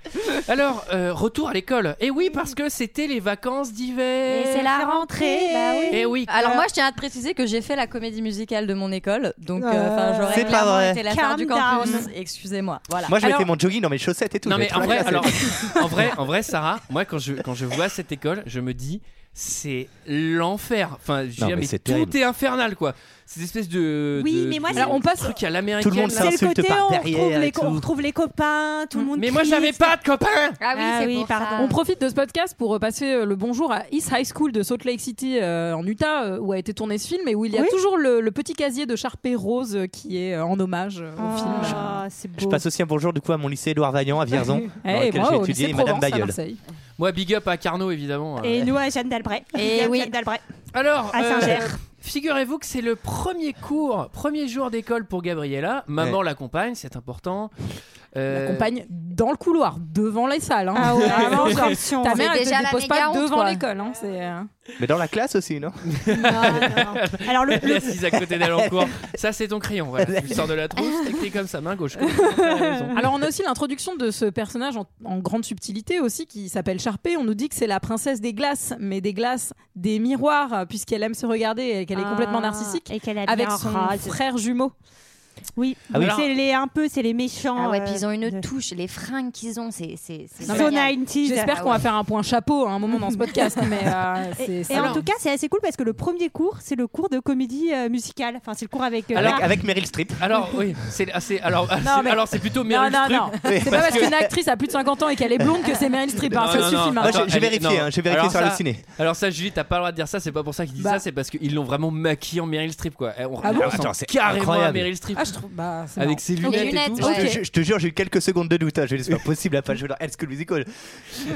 S1: Alors, euh, retour à l'école. Et oui, parce que c'était les vacances d'hiver.
S12: Et c'est la Ah, rentrée.
S6: Bah oui.
S1: Eh oui.
S12: Alors moi, je tiens à te préciser que j'ai fait la comédie musicale de mon école, donc euh,
S8: Euh,
S12: enfin,
S8: C'est
S12: j'aurais
S8: pas
S12: clairement
S8: vrai.
S12: été la star du
S6: Calm down.
S12: campus. Excusez-moi. Voilà.
S8: Moi, je
S12: Alors,
S8: mettais mon jogging dans mes chaussettes et tout.
S1: Non
S8: j'avais
S1: mais en
S8: trop
S1: vrai,
S8: la classe.
S1: alors, en vrai, en vrai, Sarah, moi quand je quand je vois cette école, je me dis c'est l'enfer. Enfin, je veux
S8: Non,
S1: dire,
S8: mais
S1: mais,
S8: c'est
S1: tout
S8: terrible.
S1: est infernal quoi. Cette espèce de
S6: Oui,
S1: de-
S6: mais moi,
S1: de-
S6: c'est- Alors, on
S1: de truc à l'américaine.
S8: Tout le monde
S1: là.
S8: C'est s'insulte. le
S6: côté,
S8: par
S6: on
S8: derrière
S6: retrouve,
S8: et
S6: les,
S8: tout.
S6: on retrouve les copains,
S9: Mmh.
S6: tout le monde.
S1: Mais moi
S6: crie,
S1: j'avais
S6: c'est-
S1: pas de copain.
S12: Ah oui,
S6: Ah
S12: c'est
S6: oui,
S12: pour
S6: pardon.
S12: ça.
S9: On profite de ce podcast pour euh, passer euh, le bonjour à East High School de Salt Lake City euh, en Utah euh, où a été tourné ce film et où il y a
S6: Oui.
S9: toujours le, le petit casier de Sharpay Rose euh, qui est euh, en hommage euh, au film.
S6: Ah, c'est
S8: Je
S6: beau.
S8: passe aussi un bonjour du coup à mon lycée Édouard Vaillant à Vierzon,
S9: Eh,
S8: dans
S9: et
S8: lequel
S9: moi,
S8: j'ai
S9: au
S8: étudié, et
S9: lycée
S8: Madame
S9: Provence, à
S8: Bayeul.
S9: Marseille.
S1: Moi big up à Carnot évidemment. euh.
S6: Et nous à Jeanne d'Albret.
S12: Et
S6: Big up
S12: oui.
S6: Jeanne d'Albret.
S1: Alors euh,
S6: À Saint-Ger.
S1: Figurez-vous que c'est le premier cours, premier jour d'école pour Gabriella. Maman l'accompagne, c'est important. Euh,
S9: Compagne dans le couloir, devant euh, les salles. hein.
S6: Ah ouais,
S9: Vraiment, genre,
S6: attention.
S9: ta mère,
S12: C'est
S9: elle
S12: déjà
S9: te
S12: la
S9: dépose
S12: méga
S9: pas
S12: honte,
S9: devant
S12: quoi.
S9: l'école. hein, c'est, euh,
S8: Mais dans la classe aussi, non
S6: Alors le,
S1: Elle est assise à côté d'elle en cours. Ça, c'est ton crayon. Voilà. Tu le sors de la trousse, t'écris comme ça, main gauche. Comme ça, t'as raison.
S9: Alors on a aussi l'introduction de ce personnage en, en grande subtilité aussi qui s'appelle Sharpay. On nous dit que c'est la princesse des glaces, mais des glaces des miroirs euh, puisqu'elle aime se regarder et qu'elle est complètement narcissique
S6: Ah, et qu'elle a
S9: avec son frère jumeau.
S6: Oui,
S8: Ah oui.
S6: Donc, c'est les un peu, c'est les méchants.
S12: Ah ouais,
S6: euh,
S12: puis ils ont une
S6: de-
S12: touche, les fringues qu'ils ont, c'est c'est c'est
S9: Non,
S6: So
S12: génial.
S6: 90s.
S9: J'espère qu'on va faire un point chapeau à un moment dans ce podcast, mais euh,
S6: Et,
S9: c'est
S6: et
S9: ça.
S6: en tout cas, c'est assez cool parce que le premier cours, c'est le cours de comédie euh, musicale. Enfin, c'est le cours avec. euh,
S8: avec,
S6: Marc.
S8: avec Meryl Streep.
S1: Alors, oui, c'est assez. Alors, ah,
S9: mais-
S1: c'est- alors, c'est plutôt
S9: Non,
S1: Meryl
S9: non,
S1: Streep.
S9: non. C'est pas parce qu'une actrice a plus de 50 ans et qu'elle est blonde que c'est Meryl Streep. hein.
S1: Non,
S9: Ça
S1: non,
S9: suffit
S1: non.
S9: maintenant.
S8: Moi, j'ai-
S1: Elle
S8: j'ai
S1: est-
S8: vérifié,
S1: non.
S8: hein, j'ai vérifié
S1: Alors
S8: sur
S1: ça-
S8: Allociné.
S1: Alors, ça, Julie, t'as pas le droit de dire ça. C'est pas pour ça qu'ils disent
S9: Bah.
S1: ça, c'est parce qu'ils l'ont vraiment maquillée en Meryl Streep, quoi. Eh, On,
S9: Ah bon
S1: on
S9: Attends,
S1: ressemble
S8: c'est
S1: carrément
S8: incroyable.
S1: à Meryl Streep.
S9: Ah, je trouve. Bah, c'est
S1: avec
S9: marrant.
S1: ses lunettes,
S12: Les lunettes,
S1: et tout.
S12: ouais.
S8: Je, je te jure, j'ai eu quelques secondes de doute. hein. J'ai dit, c'est pas possible, la page de leur High School Musical.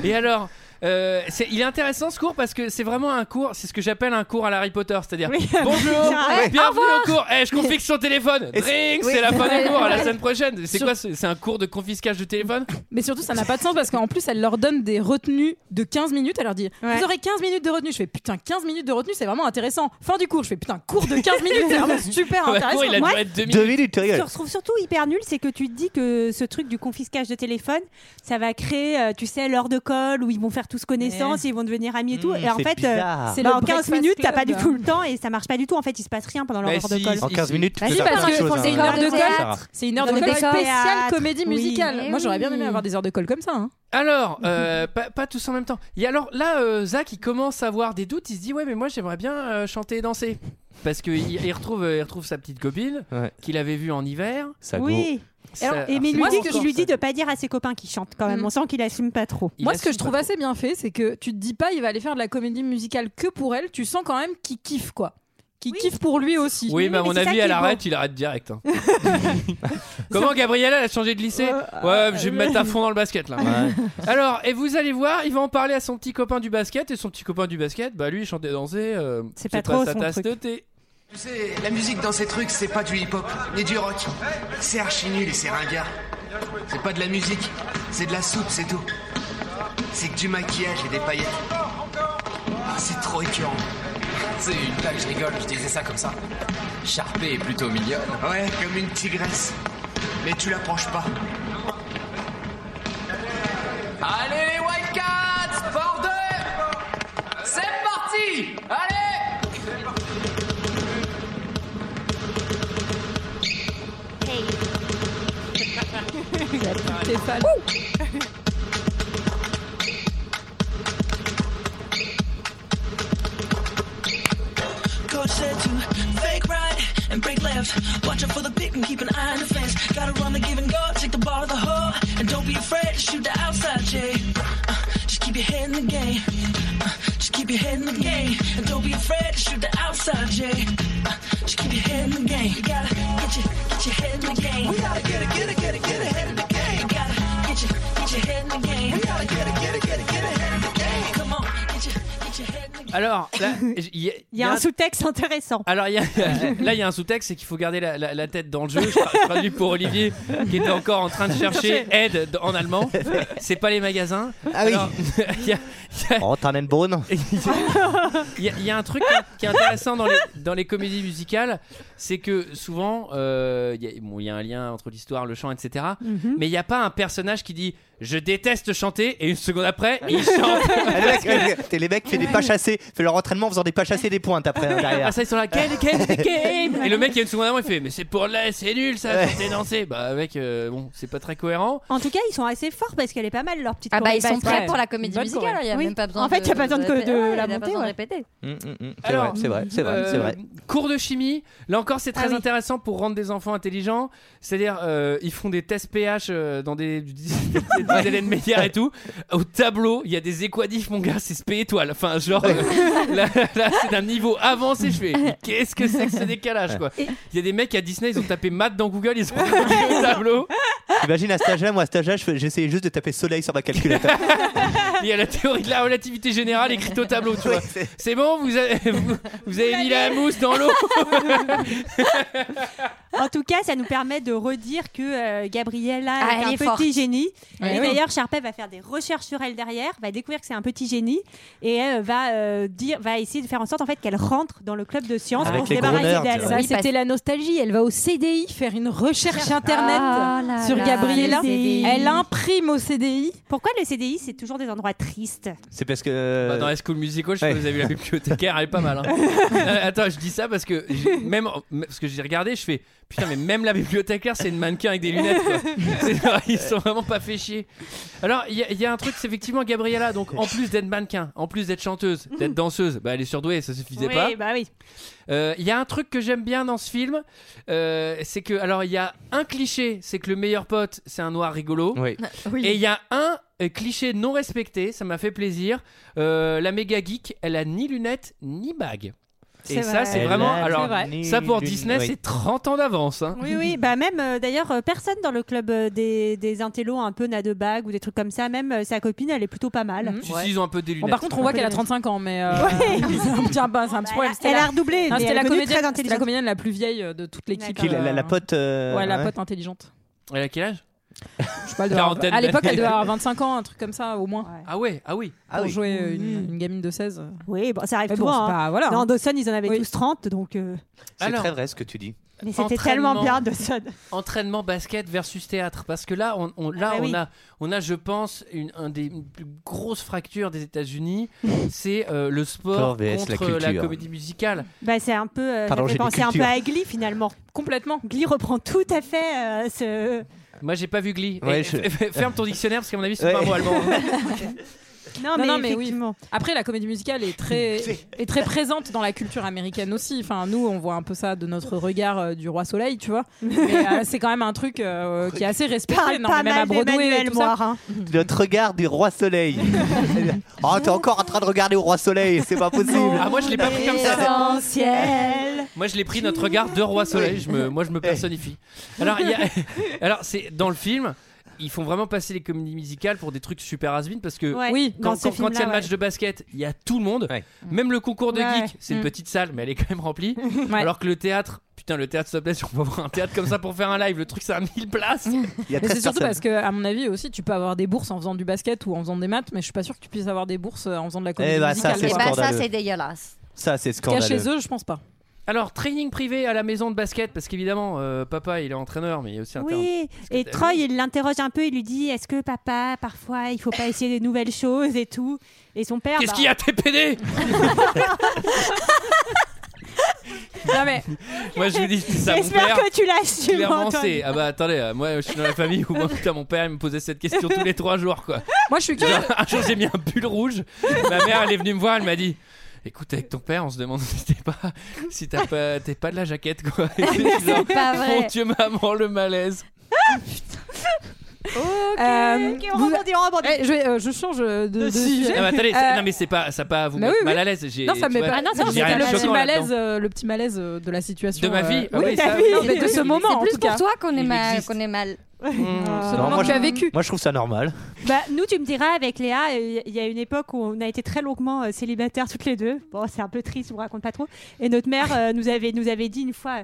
S1: Et alors, euh, c'est- il est intéressant ce cours parce que c'est vraiment un cours, c'est ce que j'appelle un cours à la Harry Potter, c'est-à-dire
S6: Oui.
S1: bonjour,
S6: Ouais.
S1: bienvenue au cours, Eh, je confisque son téléphone,
S8: Et
S1: drink,
S8: c'est-
S1: c'est
S8: oui.
S1: la fin du cours, à la
S9: Ouais.
S1: semaine prochaine. C'est
S9: Sur-
S1: quoi ce- C'est un cours de confiscage de téléphone
S9: Mais surtout, ça n'a pas de sens parce qu'en plus, elle leur donne des retenues de 15 minutes. Elle leur dit
S6: Ouais.
S9: Vous aurez 15 minutes de retenue. Je fais Putain, 15 minutes de retenue, c'est vraiment intéressant. Fin du cours. Je fais Putain, cours de 15 minutes, c'est vraiment super
S1: Le cours,
S9: intéressant.
S1: il a
S6: Moi,
S1: duré deux minutes.
S8: Deux minutes,
S6: Ce que
S8: tu rigoles.
S6: je trouve surtout hyper nul, c'est que tu te dis que ce truc du confiscage de téléphone, ça va créer, euh, tu sais, l'heure de colle où ils vont faire tous connaissance, et ils vont devenir amis et
S12: Hmm,
S1: Mm,
S6: tout. et en
S8: c'est
S6: fait,
S8: bizarre.
S9: c'est
S6: bah,
S9: le
S6: en 15
S9: Breakfast
S6: minutes, t'as
S9: Club.
S6: pas du tout le temps et ça marche pas du tout. En fait, il se passe rien pendant leur
S1: Mais
S6: heure de
S1: Bah, si, Oh,
S6: colle.
S1: si,
S8: En 15
S1: si.
S8: minutes, tu
S12: Vas-y,
S8: peux faire
S12: parce
S8: plein de
S12: que
S8: choses.
S12: pour
S8: hein.
S12: les
S9: une heure
S12: corps
S9: de
S12: de
S9: colle.
S12: théâtre.
S9: C'est une heure
S6: Dans
S9: de
S6: le
S9: colle
S6: décor.
S9: spéciale
S6: Théâtre,
S9: comédie
S6: oui.
S9: musicale.
S12: Eh
S9: Moi, j'aurais bien aimé
S12: oui.
S9: avoir des heures de colle comme ça. hein.
S1: Alors, euh, pas, pas tous en même temps. Et alors là, euh, Zach, il commence à avoir des doutes. Il se dit ouais, mais moi j'aimerais bien euh, chanter et danser parce que il, il retrouve, euh, il retrouve sa petite copine
S8: Ouais.
S1: qu'il avait vue en hiver.
S8: Ça go.
S6: Oui.
S1: Ça- alors,
S6: Et mais il
S1: c'est
S6: lui
S9: moi,
S6: dit
S9: ce que
S6: qu'il
S9: je-
S6: lui dit de pas dire à ses copains qu'il chante quand même.
S9: Mm.
S6: On sent qu'il assume pas trop.
S1: Il
S9: Moi, ce que
S1: assume
S9: je trouve
S1: pas
S9: assez bien fait, c'est que tu te dis pas Il va aller faire de la comédie musicale que pour elle. Tu sens quand même qu'il kiffe, quoi. Qu'il
S6: Oui.
S9: kiffe pour lui aussi.
S1: Oui, mais à
S6: mais
S1: mon
S6: c'est ça
S1: avis,
S6: qui est
S1: elle
S6: beau.
S1: arrête, il arrête direct. hein. Comment Gabriella elle a changé de lycée
S6: Euh,
S1: Ouais, je vais me
S6: euh,
S1: mettre à fond dans le basket là.
S8: Ouais.
S1: Alors, et vous allez voir, il va en parler à son petit copain du basket, et son petit copain du basket, bah lui, il chantait danser. euh,
S6: C'est pas trop
S1: sa
S6: son
S1: tasse
S6: truc.
S1: de thé.
S4: Tu sais, la musique dans ces trucs, c'est pas du hip-hop, ni du rock. C'est archi nul et c'est ringard. C'est pas de la musique, c'est de la soupe, c'est tout. C'est que du maquillage et des paillettes. Ah, c'est trop écœurant.
S2: C'est une blague, je rigole, je disais ça comme ça. Charpé est plutôt mignonne.
S4: Ouais, comme une tigresse. Mais tu la penches pas.
S2: Allez les Wildcats, sport 2 C'est parti Allez
S9: Stéphane.
S13: Coach said to fake right and break left. Watch out for the pick and keep an eye on the fence. Gotta run the give and go, take the ball to the hole, and don't be afraid to shoot the outside, Jay. Uh, just keep your head in the game. Uh, just keep your head in the game, and don't be afraid to shoot the outside, Jay. Uh, just keep your head in the game. You gotta get your get your head in the game. We gotta get it, get it, get it, get ahead of
S1: Alors, là, il y, a-
S6: Il y a un sous-texte intéressant.
S1: Alors il y a- là, il y a un sous-texte, c'est qu'il faut garder la, la- la tête dans le jeu. Je tra- traduis pour Olivier, qui était encore en train de chercher aide d- en allemand. C'est pas les magasins.
S8: Ah oui.
S1: Alors, il y a-
S8: Oh, Tannenbaum.
S1: il y, a- il y a un truc qui est- qui est intéressant dans les, dans les comédies musicales, c'est que souvent, euh, il y, a- bon, il y a un lien entre l'histoire, le chant, etc.
S6: Mhm.
S1: Mais il n'y a pas un personnage qui dit je déteste chanter et une seconde après, il chante.
S8: Ah, les, mecs, ouais, t'es- les mecs fait des pas chassés, fait leur entraînement en faisant des pas chassés des pointes après hein, derrière.
S1: Ah, ça, ils sont là, quel, quel, quel Et le mec, il y a une seconde avant, il fait Mais c'est pour la, c'est nul ça,
S8: Ouais.
S1: chanter, danser. Bah, mec, euh, bon, c'est pas très cohérent.
S6: En tout cas, ils sont assez forts parce qu'elle est pas mal leur petite.
S12: Ah bah, ils
S6: choré-
S12: sont prêts
S6: ouais.
S12: pour la comédie
S6: Bonne
S12: musicale,
S6: choré.
S12: il y a
S6: Oui.
S12: même pas besoin
S6: En fait, il y a
S12: de-
S6: pas besoin de,
S12: de-
S6: de
S12: ouais, il y a
S6: la
S12: pas
S6: monter.
S12: besoin de
S6: ouais.
S12: répéter.
S8: Mm, mm, mm. C'est vrai, c'est vrai, c'est vrai,
S1: euh,
S8: c'est vrai.
S1: Cours de chimie, là encore c'est très
S6: Ah oui.
S1: intéressant pour rendre des enfants intelligents. C'est-à-dire, euh, ils font des tests pH euh, dans des, des, des- des Hélène Meyer et tout. Au tableau, il y a des équadifs, mon gars, c'est spé étoile. Enfin, genre, euh, là, là, c'est d'un niveau avancé. Je fais, mais qu'est-ce que c'est que ce décalage quoi Il y a des mecs à Disney, ils ont tapé maths dans Google, ils ont tapé au tableau.
S8: Imagine à cet âge-là, moi à cet âge-là, je fais- j'essayais juste de taper soleil sur ma calculatrice.
S1: Il y a la théorie de la relativité générale écrite au tableau, tu vois. C'est bon, vous avez, vous, vous avez mis la mousse dans l'eau.
S6: En tout cas, ça nous permet de redire que euh, Gabriella
S12: Ah,
S6: est
S12: elle
S6: un
S12: est
S6: petit
S12: forte.
S6: génie.
S8: Ah
S12: Ouais,
S6: et
S12: oui.
S6: d'ailleurs, Sharpay va faire des recherches sur elle derrière, va découvrir que c'est un petit génie et euh, va euh, dire, va essayer de faire en sorte en fait qu'elle rentre dans le club de sciences
S8: Avec
S6: pour se
S8: les gros nerds,
S6: débarrasser d'elle.
S8: tu vois. Ça,
S9: c'était la nostalgie. Elle va au CDI faire une recherche internet
S6: Ah là
S9: sur
S6: là,
S9: Gabriella.
S6: le CDI.
S9: Elle imprime au CDI.
S6: Pourquoi le CDI c'est toujours des endroits tristes
S8: C'est parce que.
S1: Bah, dans High School Musical, je sais pas si vous avez vu la bibliothécaire, elle est pas mal. hein. Euh, attends, je dis ça parce que j'ai- même parce que j'ai regardé, je fais putain, mais même la bibliothécaire, c'est une mannequin avec des lunettes. quoi. C'est- Ils sont vraiment pas fait chier. Alors, il y, a- il y a un truc, c'est effectivement Gabriella. Donc, en plus d'être mannequin, en plus d'être chanteuse, d'être danseuse, bah, elle est surdouée, ça suffisait
S6: Oui,
S1: pas.
S6: bah oui.
S1: Euh, Il y a un truc que j'aime bien dans ce film, euh, c'est que alors il y a un cliché, c'est que le meilleur pote c'est un noir rigolo.
S8: Oui.
S1: Et il y a un euh, cliché non respecté, ça m'a fait plaisir. Euh, la méga geek, elle a ni lunettes ni bague.
S6: C'est
S1: Et ça
S6: vrai.
S1: c'est vraiment
S8: Elle a
S1: alors
S8: ni
S1: ça pour
S8: lunettes,
S1: Disney
S8: oui.
S1: c'est 30 ans d'avance. hein.
S6: Oui, oui, bah même euh, d'ailleurs, euh, personne dans le club euh, des, des intellos un peu n'a de bague ou des trucs comme ça. Même euh, sa copine, elle est plutôt pas mal.
S1: Si, si, ils ont un peu des lunettes.
S9: Mhm. Bon, par contre, on voit qu'elle a 35 ans, mais euh,
S6: Ouais. Bah,
S9: c'est un petit, un peu- Bah, c'est un petit problème. C'était
S6: elle
S9: la-
S6: a redoublé,
S9: Non,
S6: mais
S9: C'était
S6: elle
S9: la
S6: est devenue
S9: comédienne,
S6: très
S9: c'était la comédienne la plus vieille euh, de toute l'équipe.
S8: Qui, la, la- la
S9: euh,
S8: pote. euh,
S9: ouais, la pote intelligente.
S1: Elle a quel âge
S9: Je sais pas, elle devait avoir- à l'époque, elle devait avoir 25 ans, un truc comme ça, au moins.
S1: Ah ouais, ah oui.
S9: Pour jouer euh, une, une gamine de 16.
S6: Mhm. Oui, bon, ça arrive
S9: Mais bon,
S6: souvent.
S9: c'est
S6: hein.
S9: pas- voilà,
S6: Dans
S9: hein.
S6: Dawson, ils en avaient tous 30, donc. euh,
S8: C'est
S1: Alors-
S8: très vrai ce que tu dis.
S6: Mais c'était tellement bien, Dawson.
S1: Entraînement basket versus théâtre. Parce que là, on, on- là,
S6: Ah bah oui.
S1: on, a, on a, je pense, une, un des, une plus grosses fractures des États-Unis. c'est euh, le sport
S8: Sport vs la
S1: contre la,
S8: culture.
S1: comédie musicale.
S6: Bah, c'est un peu. euh,
S1: Pardon,
S6: ça
S1: j'ai
S6: fait
S1: des
S6: penser un peu
S1: cultures.
S6: à Glee finalement.
S9: Complètement.
S6: Glee reprend tout à fait euh, ce.
S1: Moi, j'ai pas vu Glee.
S8: Ouais,
S1: Et-
S8: je-
S1: Ferme ton dictionnaire, parce qu'à mon avis, c'est
S8: Ouais.
S1: pas un mot allemand.
S6: Non, mais
S9: oui. Après, la comédie musicale est très, est très présente dans la culture américaine aussi. Enfin, nous, on voit un peu ça de notre regard euh, du roi soleil, tu vois. Mais euh, c'est quand même un truc euh, qui est assez respecté,
S6: Parle
S9: non,
S6: pas
S9: mais même
S6: mal
S9: à Broadway et
S6: d'Emmanuel
S9: tout ça.
S6: Moir, hein.
S8: Notre regard du roi soleil. oh, t'es encore en train de regarder au roi soleil, c'est pas possible.
S1: Ah, moi, je l'ai pas pris comme ça.
S6: Essentiel.
S1: Moi, je l'ai pris notre regard de roi soleil. Je me, moi, je me personnifie. Alors, il y a- alors, c'est dans le film. Ils font vraiment passer les comédies musicales pour des trucs super has parce que
S9: Ouais, Oui,
S1: quand
S9: dans
S1: quand-
S9: ce
S1: quand il y a
S9: film-là,
S1: le match de basket, il y a tout le monde. Même le concours de
S9: Ouais,
S1: geek,
S9: ouais.
S1: c'est une
S9: Mm.
S1: petite salle, mais elle est quand même remplie.
S9: Ouais.
S1: Alors que le théâtre, putain, le théâtre, s'il te plaît, si on peut avoir un théâtre comme ça pour faire un live, le truc, c'est à 1000 places.
S8: Il y
S9: Mais
S8: a 13
S9: c'est surtout
S8: personnes.
S9: parce que, à mon avis, aussi, tu peux avoir des bourses en faisant du basket ou en faisant des maths, mais je suis pas sûr que tu puisses avoir des bourses euh, en faisant de la comédie
S8: Eh bah, ça,
S9: musicale.
S8: c'est
S9: quoi.
S8: scandaleux.
S12: dégueulasse.
S8: Ça, c'est
S9: ben, En tout cas,
S8: scandaleux.
S9: chez eux, je pense pas.
S1: Alors, training privé à la maison de basket, parce qu'évidemment, euh, papa, il est entraîneur, mais il y a aussi un
S6: Oui, et Troy, il l'interroge un peu, il lui dit Est-ce que papa, parfois, il faut pas essayer des nouvelles choses et tout Et son
S9: Ah
S6: père.
S1: Qu'est-ce
S6: bah,
S1: qu'il y a, TPD
S9: Non, mais
S1: Moi je vous dis, c'est ça mon
S6: J'espère
S1: père.
S6: que tu l'assumes,
S1: Clairement,
S6: Antoine.
S1: c'est. Ah bah attendez, euh, moi je suis dans la famille où moi, putain, mon père il me posait cette question tous les trois jours quoi.
S9: Moi je suis
S1: Genre, Un jour j'ai mis un pull rouge, ma mère elle est venue me voir, elle m'a dit. Écoute, avec ton père, on se demande si t'es pas, si t'as pas, t'es pas de la jaquette, quoi. Et je suis genre,
S9: pas vrai.
S1: Mon Dieu, maman, le malaise.
S9: Euh,
S6: ok, on
S9: vous-
S6: rebondit, on rebondit.
S9: Eh, je, vais, euh, je change euh, de, de sujet.
S1: Non, mais Ah, bah, attendez,
S9: Euh,
S1: c'est- non, mais c'est pas, ça pas à vous
S9: bah
S1: mettre
S9: oui,
S1: mal
S9: oui.
S1: à l'aise. j'ai-
S9: Non,
S1: tu
S9: ça me met
S1: vois,
S9: pas. Ah non, ça,
S1: j'ai
S9: c'était
S1: rien
S9: le
S1: de
S9: petit
S1: choquant
S9: malaise,
S1: là-dedans.
S9: euh, le petit malaise euh, de la situation.
S1: De ma vie,
S9: euh,
S1: ah oui, ça-
S9: Non, mais de ce moment.
S12: C'est
S9: en
S12: plus
S9: tout
S12: pour
S9: cas.
S12: toi qu'on est,
S9: Il
S12: mal-
S9: existe.
S12: qu'on est mal.
S1: Mmh.
S8: Non,
S6: moment
S8: moi,
S6: que tu
S8: je-
S6: as vécu.
S8: Moi, je trouve ça normal.
S6: Bah, nous, tu me diras, avec Léa, euh, il y a une époque où on a été très longuement euh, célibataires toutes les deux. Bon, c'est un peu triste, je vous raconte pas trop. Et notre mère euh, nous, avait, nous avait dit une fois euh,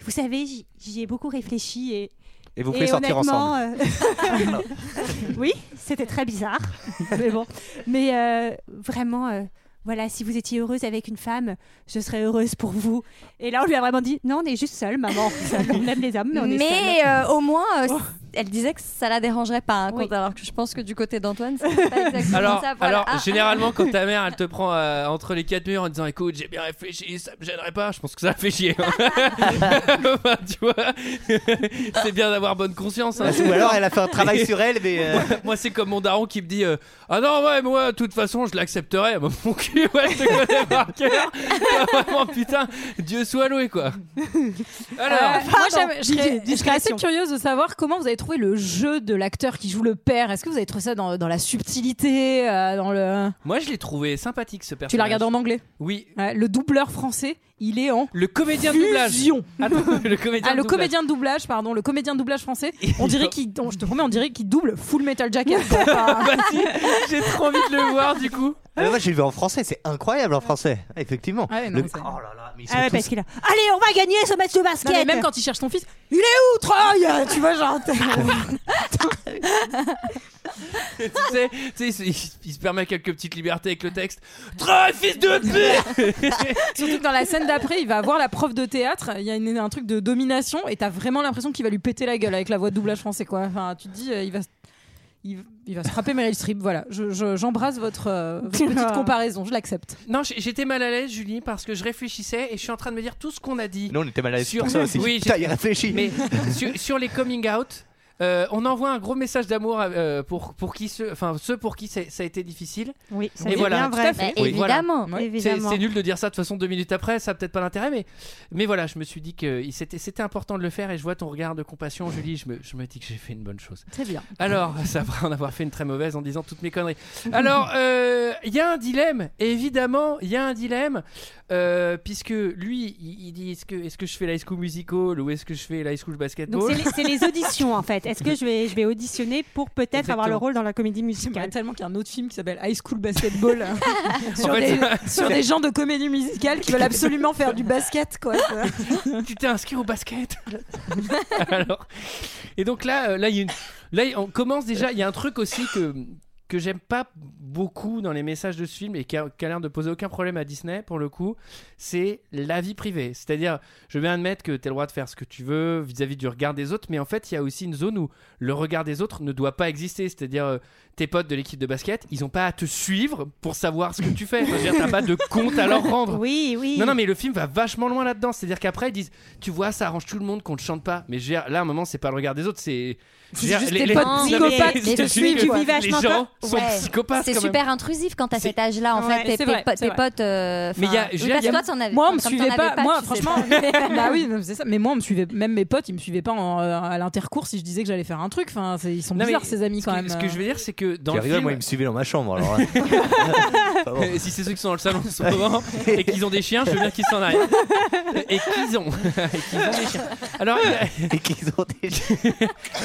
S6: Vous savez, j'y- j'y ai beaucoup réfléchi et.
S8: Et vous pouvez sortir
S6: honnêtement,
S8: ensemble.
S6: euh, oui, c'était très bizarre. Mais bon. Mais euh, vraiment. euh, voilà, si vous étiez heureuse avec une femme, je serais heureuse pour vous. Et là, on lui a vraiment dit non, on est juste seule, maman. On aime les hommes, mais on est
S12: Mais
S6: seuls.
S12: euh, au moins, euh, elle disait que ça la dérangerait pas. hein, quand- alors que je pense que du côté d'Antoine, c'est pas exactement
S1: Alors,
S12: ça. voilà.
S1: alors
S12: Ah.
S1: généralement, quand ta mère elle te prend euh, entre les quatre murs en disant écoute, j'ai bien réfléchi, ça me gênerait pas, je pense que ça fait chier. Enfin, tu vois, c'est bien d'avoir bonne conscience.
S9: euh,
S1: hein.
S8: Ah, Ou alors, elle a fait un travail sur elle, mais. euh,
S1: Moi, moi, c'est comme mon daron qui me dit euh, Ah non, ouais, moi, de toute façon, je l'accepterai. Bah, Mon cul, ouais, je te connais par cœur. Bah, vraiment, putain, Dieu soit loué, quoi.
S9: Euh,
S1: Alors,
S9: moi, j'aime- je serais- je serais assez curieuse de savoir comment vous avez trouvé le jeu de l'acteur qui joue le père. Est-ce que vous avez trouvé ça dans, dans la subtilité, euh, dans le...
S1: moi, je l'ai trouvé sympathique ce personnage.
S9: Tu l'as regardé en anglais
S1: Oui.
S9: Ouais, le doubleur français, il est en
S1: Le comédien de
S9: Fusion.
S1: doublage. Attends, le comédien
S9: Ah,
S1: de
S9: le
S1: doublage.
S9: comédien de doublage, pardon, le comédien de doublage français. On dirait qu'il, on- je te promets, on dirait qu'il double Full Metal Jacket. quoi. Enfin,
S1: Bah J'ai trop envie de le voir du coup.
S8: Ah, moi, j'ai vu en français, c'est incroyable en français, effectivement.
S9: Ah Ouais, non,
S8: Le-
S9: c'est-
S8: Oh là là, mais ils sont
S6: Ah ouais,
S8: tous-
S6: parce qu'il a. Allez, on va gagner ce match de basket.
S9: Non, mais même quand il cherche ton fils, il est où, Troy Tu vois, genre. t'es-
S1: tu sais, tu sais, il, se- il se permet quelques petites libertés avec le texte. Troy, fils de pute
S9: Surtout que dans la scène d'après, il va avoir la prof de théâtre. Il y a une- un truc de domination et t'as vraiment l'impression qu'il va lui péter la gueule avec la voix de doublage français, quoi. Enfin, tu te dis, euh, il va. se- Il il va se frapper Meryl Streep, voilà. Je- je- J'embrasse votre, euh, votre petite comparaison, je l'accepte.
S1: Non, j'ai- j'étais mal à l'aise, Julie, parce que je réfléchissais et je suis en train de me dire tout ce qu'on a dit.
S8: Non, on était mal à l'aise pour ça aussi.
S1: Oui,
S8: Putain,
S1: j'ai-
S8: il réfléchit.
S1: Mais sur, sur les coming out, euh, on envoie un gros message d'amour euh, pour, pour qui ceux, enfin, ceux pour qui c'est- ça a été difficile.
S6: Oui, ça
S1: Et
S6: c'est
S1: voilà,
S6: bien
S1: tout
S6: vrai.
S1: à fait.
S6: Bah,
S1: Et voilà.
S6: évidemment,
S1: Ouais. C'est-
S6: évidemment.
S1: C'est nul de dire ça de toute façon deux minutes après, ça a peut-être pas l'intérêt, mais, mais voilà, je me suis dit que il- c'était c'était important de le faire et je vois ton regard de compassion, Julie, je me, je me dis que j'ai fait une bonne chose.
S9: Très bien.
S1: Alors, ça après en avoir fait une très mauvaise en disant toutes mes conneries. Alors, euh, il y a un dilemme, évidemment, il y a un dilemme, euh, puisque lui, il, il dit est-ce que, est que je fais l'high school musical ou est-ce que je fais l'high school
S6: Donc
S1: basketball
S6: c'est les, c'est les auditions en fait. Est-ce que je vais, je vais auditionner pour peut-être avoir le
S1: Exactement.
S6: rôle dans la comédie musicale
S9: Tellement qu'il y a un autre film qui s'appelle High School Basketball sur,
S1: En fait,
S9: des, sur des gens de comédie musicale qui veulent absolument faire du basket, quoi.
S1: tu t'es inscrit au basket Alors, et donc là, euh, là, il y a une- là, on commence déjà. Il y a un truc aussi que que j'aime pas beaucoup dans les messages de ce film et qui a, qui a l'air de poser aucun problème à Disney pour le coup, c'est la vie privée. C'est-à-dire, je vais admettre que tu as le droit de faire ce que tu veux vis-à-vis du regard des autres, mais en fait, il y a aussi une zone où le regard des autres ne doit pas exister. C'est-à-dire, euh, tes potes de l'équipe de basket, ils ont pas à te suivre pour savoir ce que tu fais. C'est-à-dire, t'as pas de compte à leur rendre.
S6: Oui, oui.
S1: Non, non, mais le film va vachement loin là-dedans. C'est-à-dire qu'après, ils disent Tu vois, ça arrange tout le monde qu'on ne chante pas. Mais je veux dire, là, à un moment, c'est pas le regard des autres, c'est. je veux
S12: C'est
S1: dire,
S12: juste
S1: les-
S12: tes
S1: les-
S12: potes
S1: Non, mais
S12: psychopathes
S1: c'est
S12: qui te
S1: juste
S12: suivent,
S1: que
S12: quoi.
S1: Les gens sont
S12: Ouais.
S1: psychopathes.
S12: C'est
S1: quand même.
S12: super intrusif quand t'as cet âge-là, en
S9: Ouais,
S12: fait. Tes,
S9: c'est
S12: tes
S9: vrai,
S12: potes-
S9: c'est
S12: tes
S9: vrai.
S12: potes. euh,
S9: Mais il y a-
S12: enfin,
S9: je veux
S12: parce
S9: dire,
S12: que toi, t'en avais-
S9: moi on
S12: comme
S9: me
S12: t'en
S9: suivait
S12: avais
S9: pas, moi
S12: tu sais
S9: franchement bah oui non, c'est ça mais moi on me suivait même mes potes ils me suivaient pas en- euh, à l'intercours si je disais que j'allais faire un truc enfin c'est- ils sont
S1: Non, mais
S9: bizarres ces amis
S1: ce
S9: quand
S1: que-
S9: même euh.
S1: Ce que je veux dire, c'est que dans
S8: Tu
S1: le
S8: rigoles,
S1: film.
S8: moi, il me suivait dans ma chambre. Alors, hein. Enfin, bon.
S1: Euh, si c'est ceux qui sont dans le salon en ce moment et qu'ils ont des chiens, je veux bien qu'ils s'en aillent. Et qu'ils ont. et qu'ils ont des chiens. Alors.
S8: Et qu'ils ont des chiens.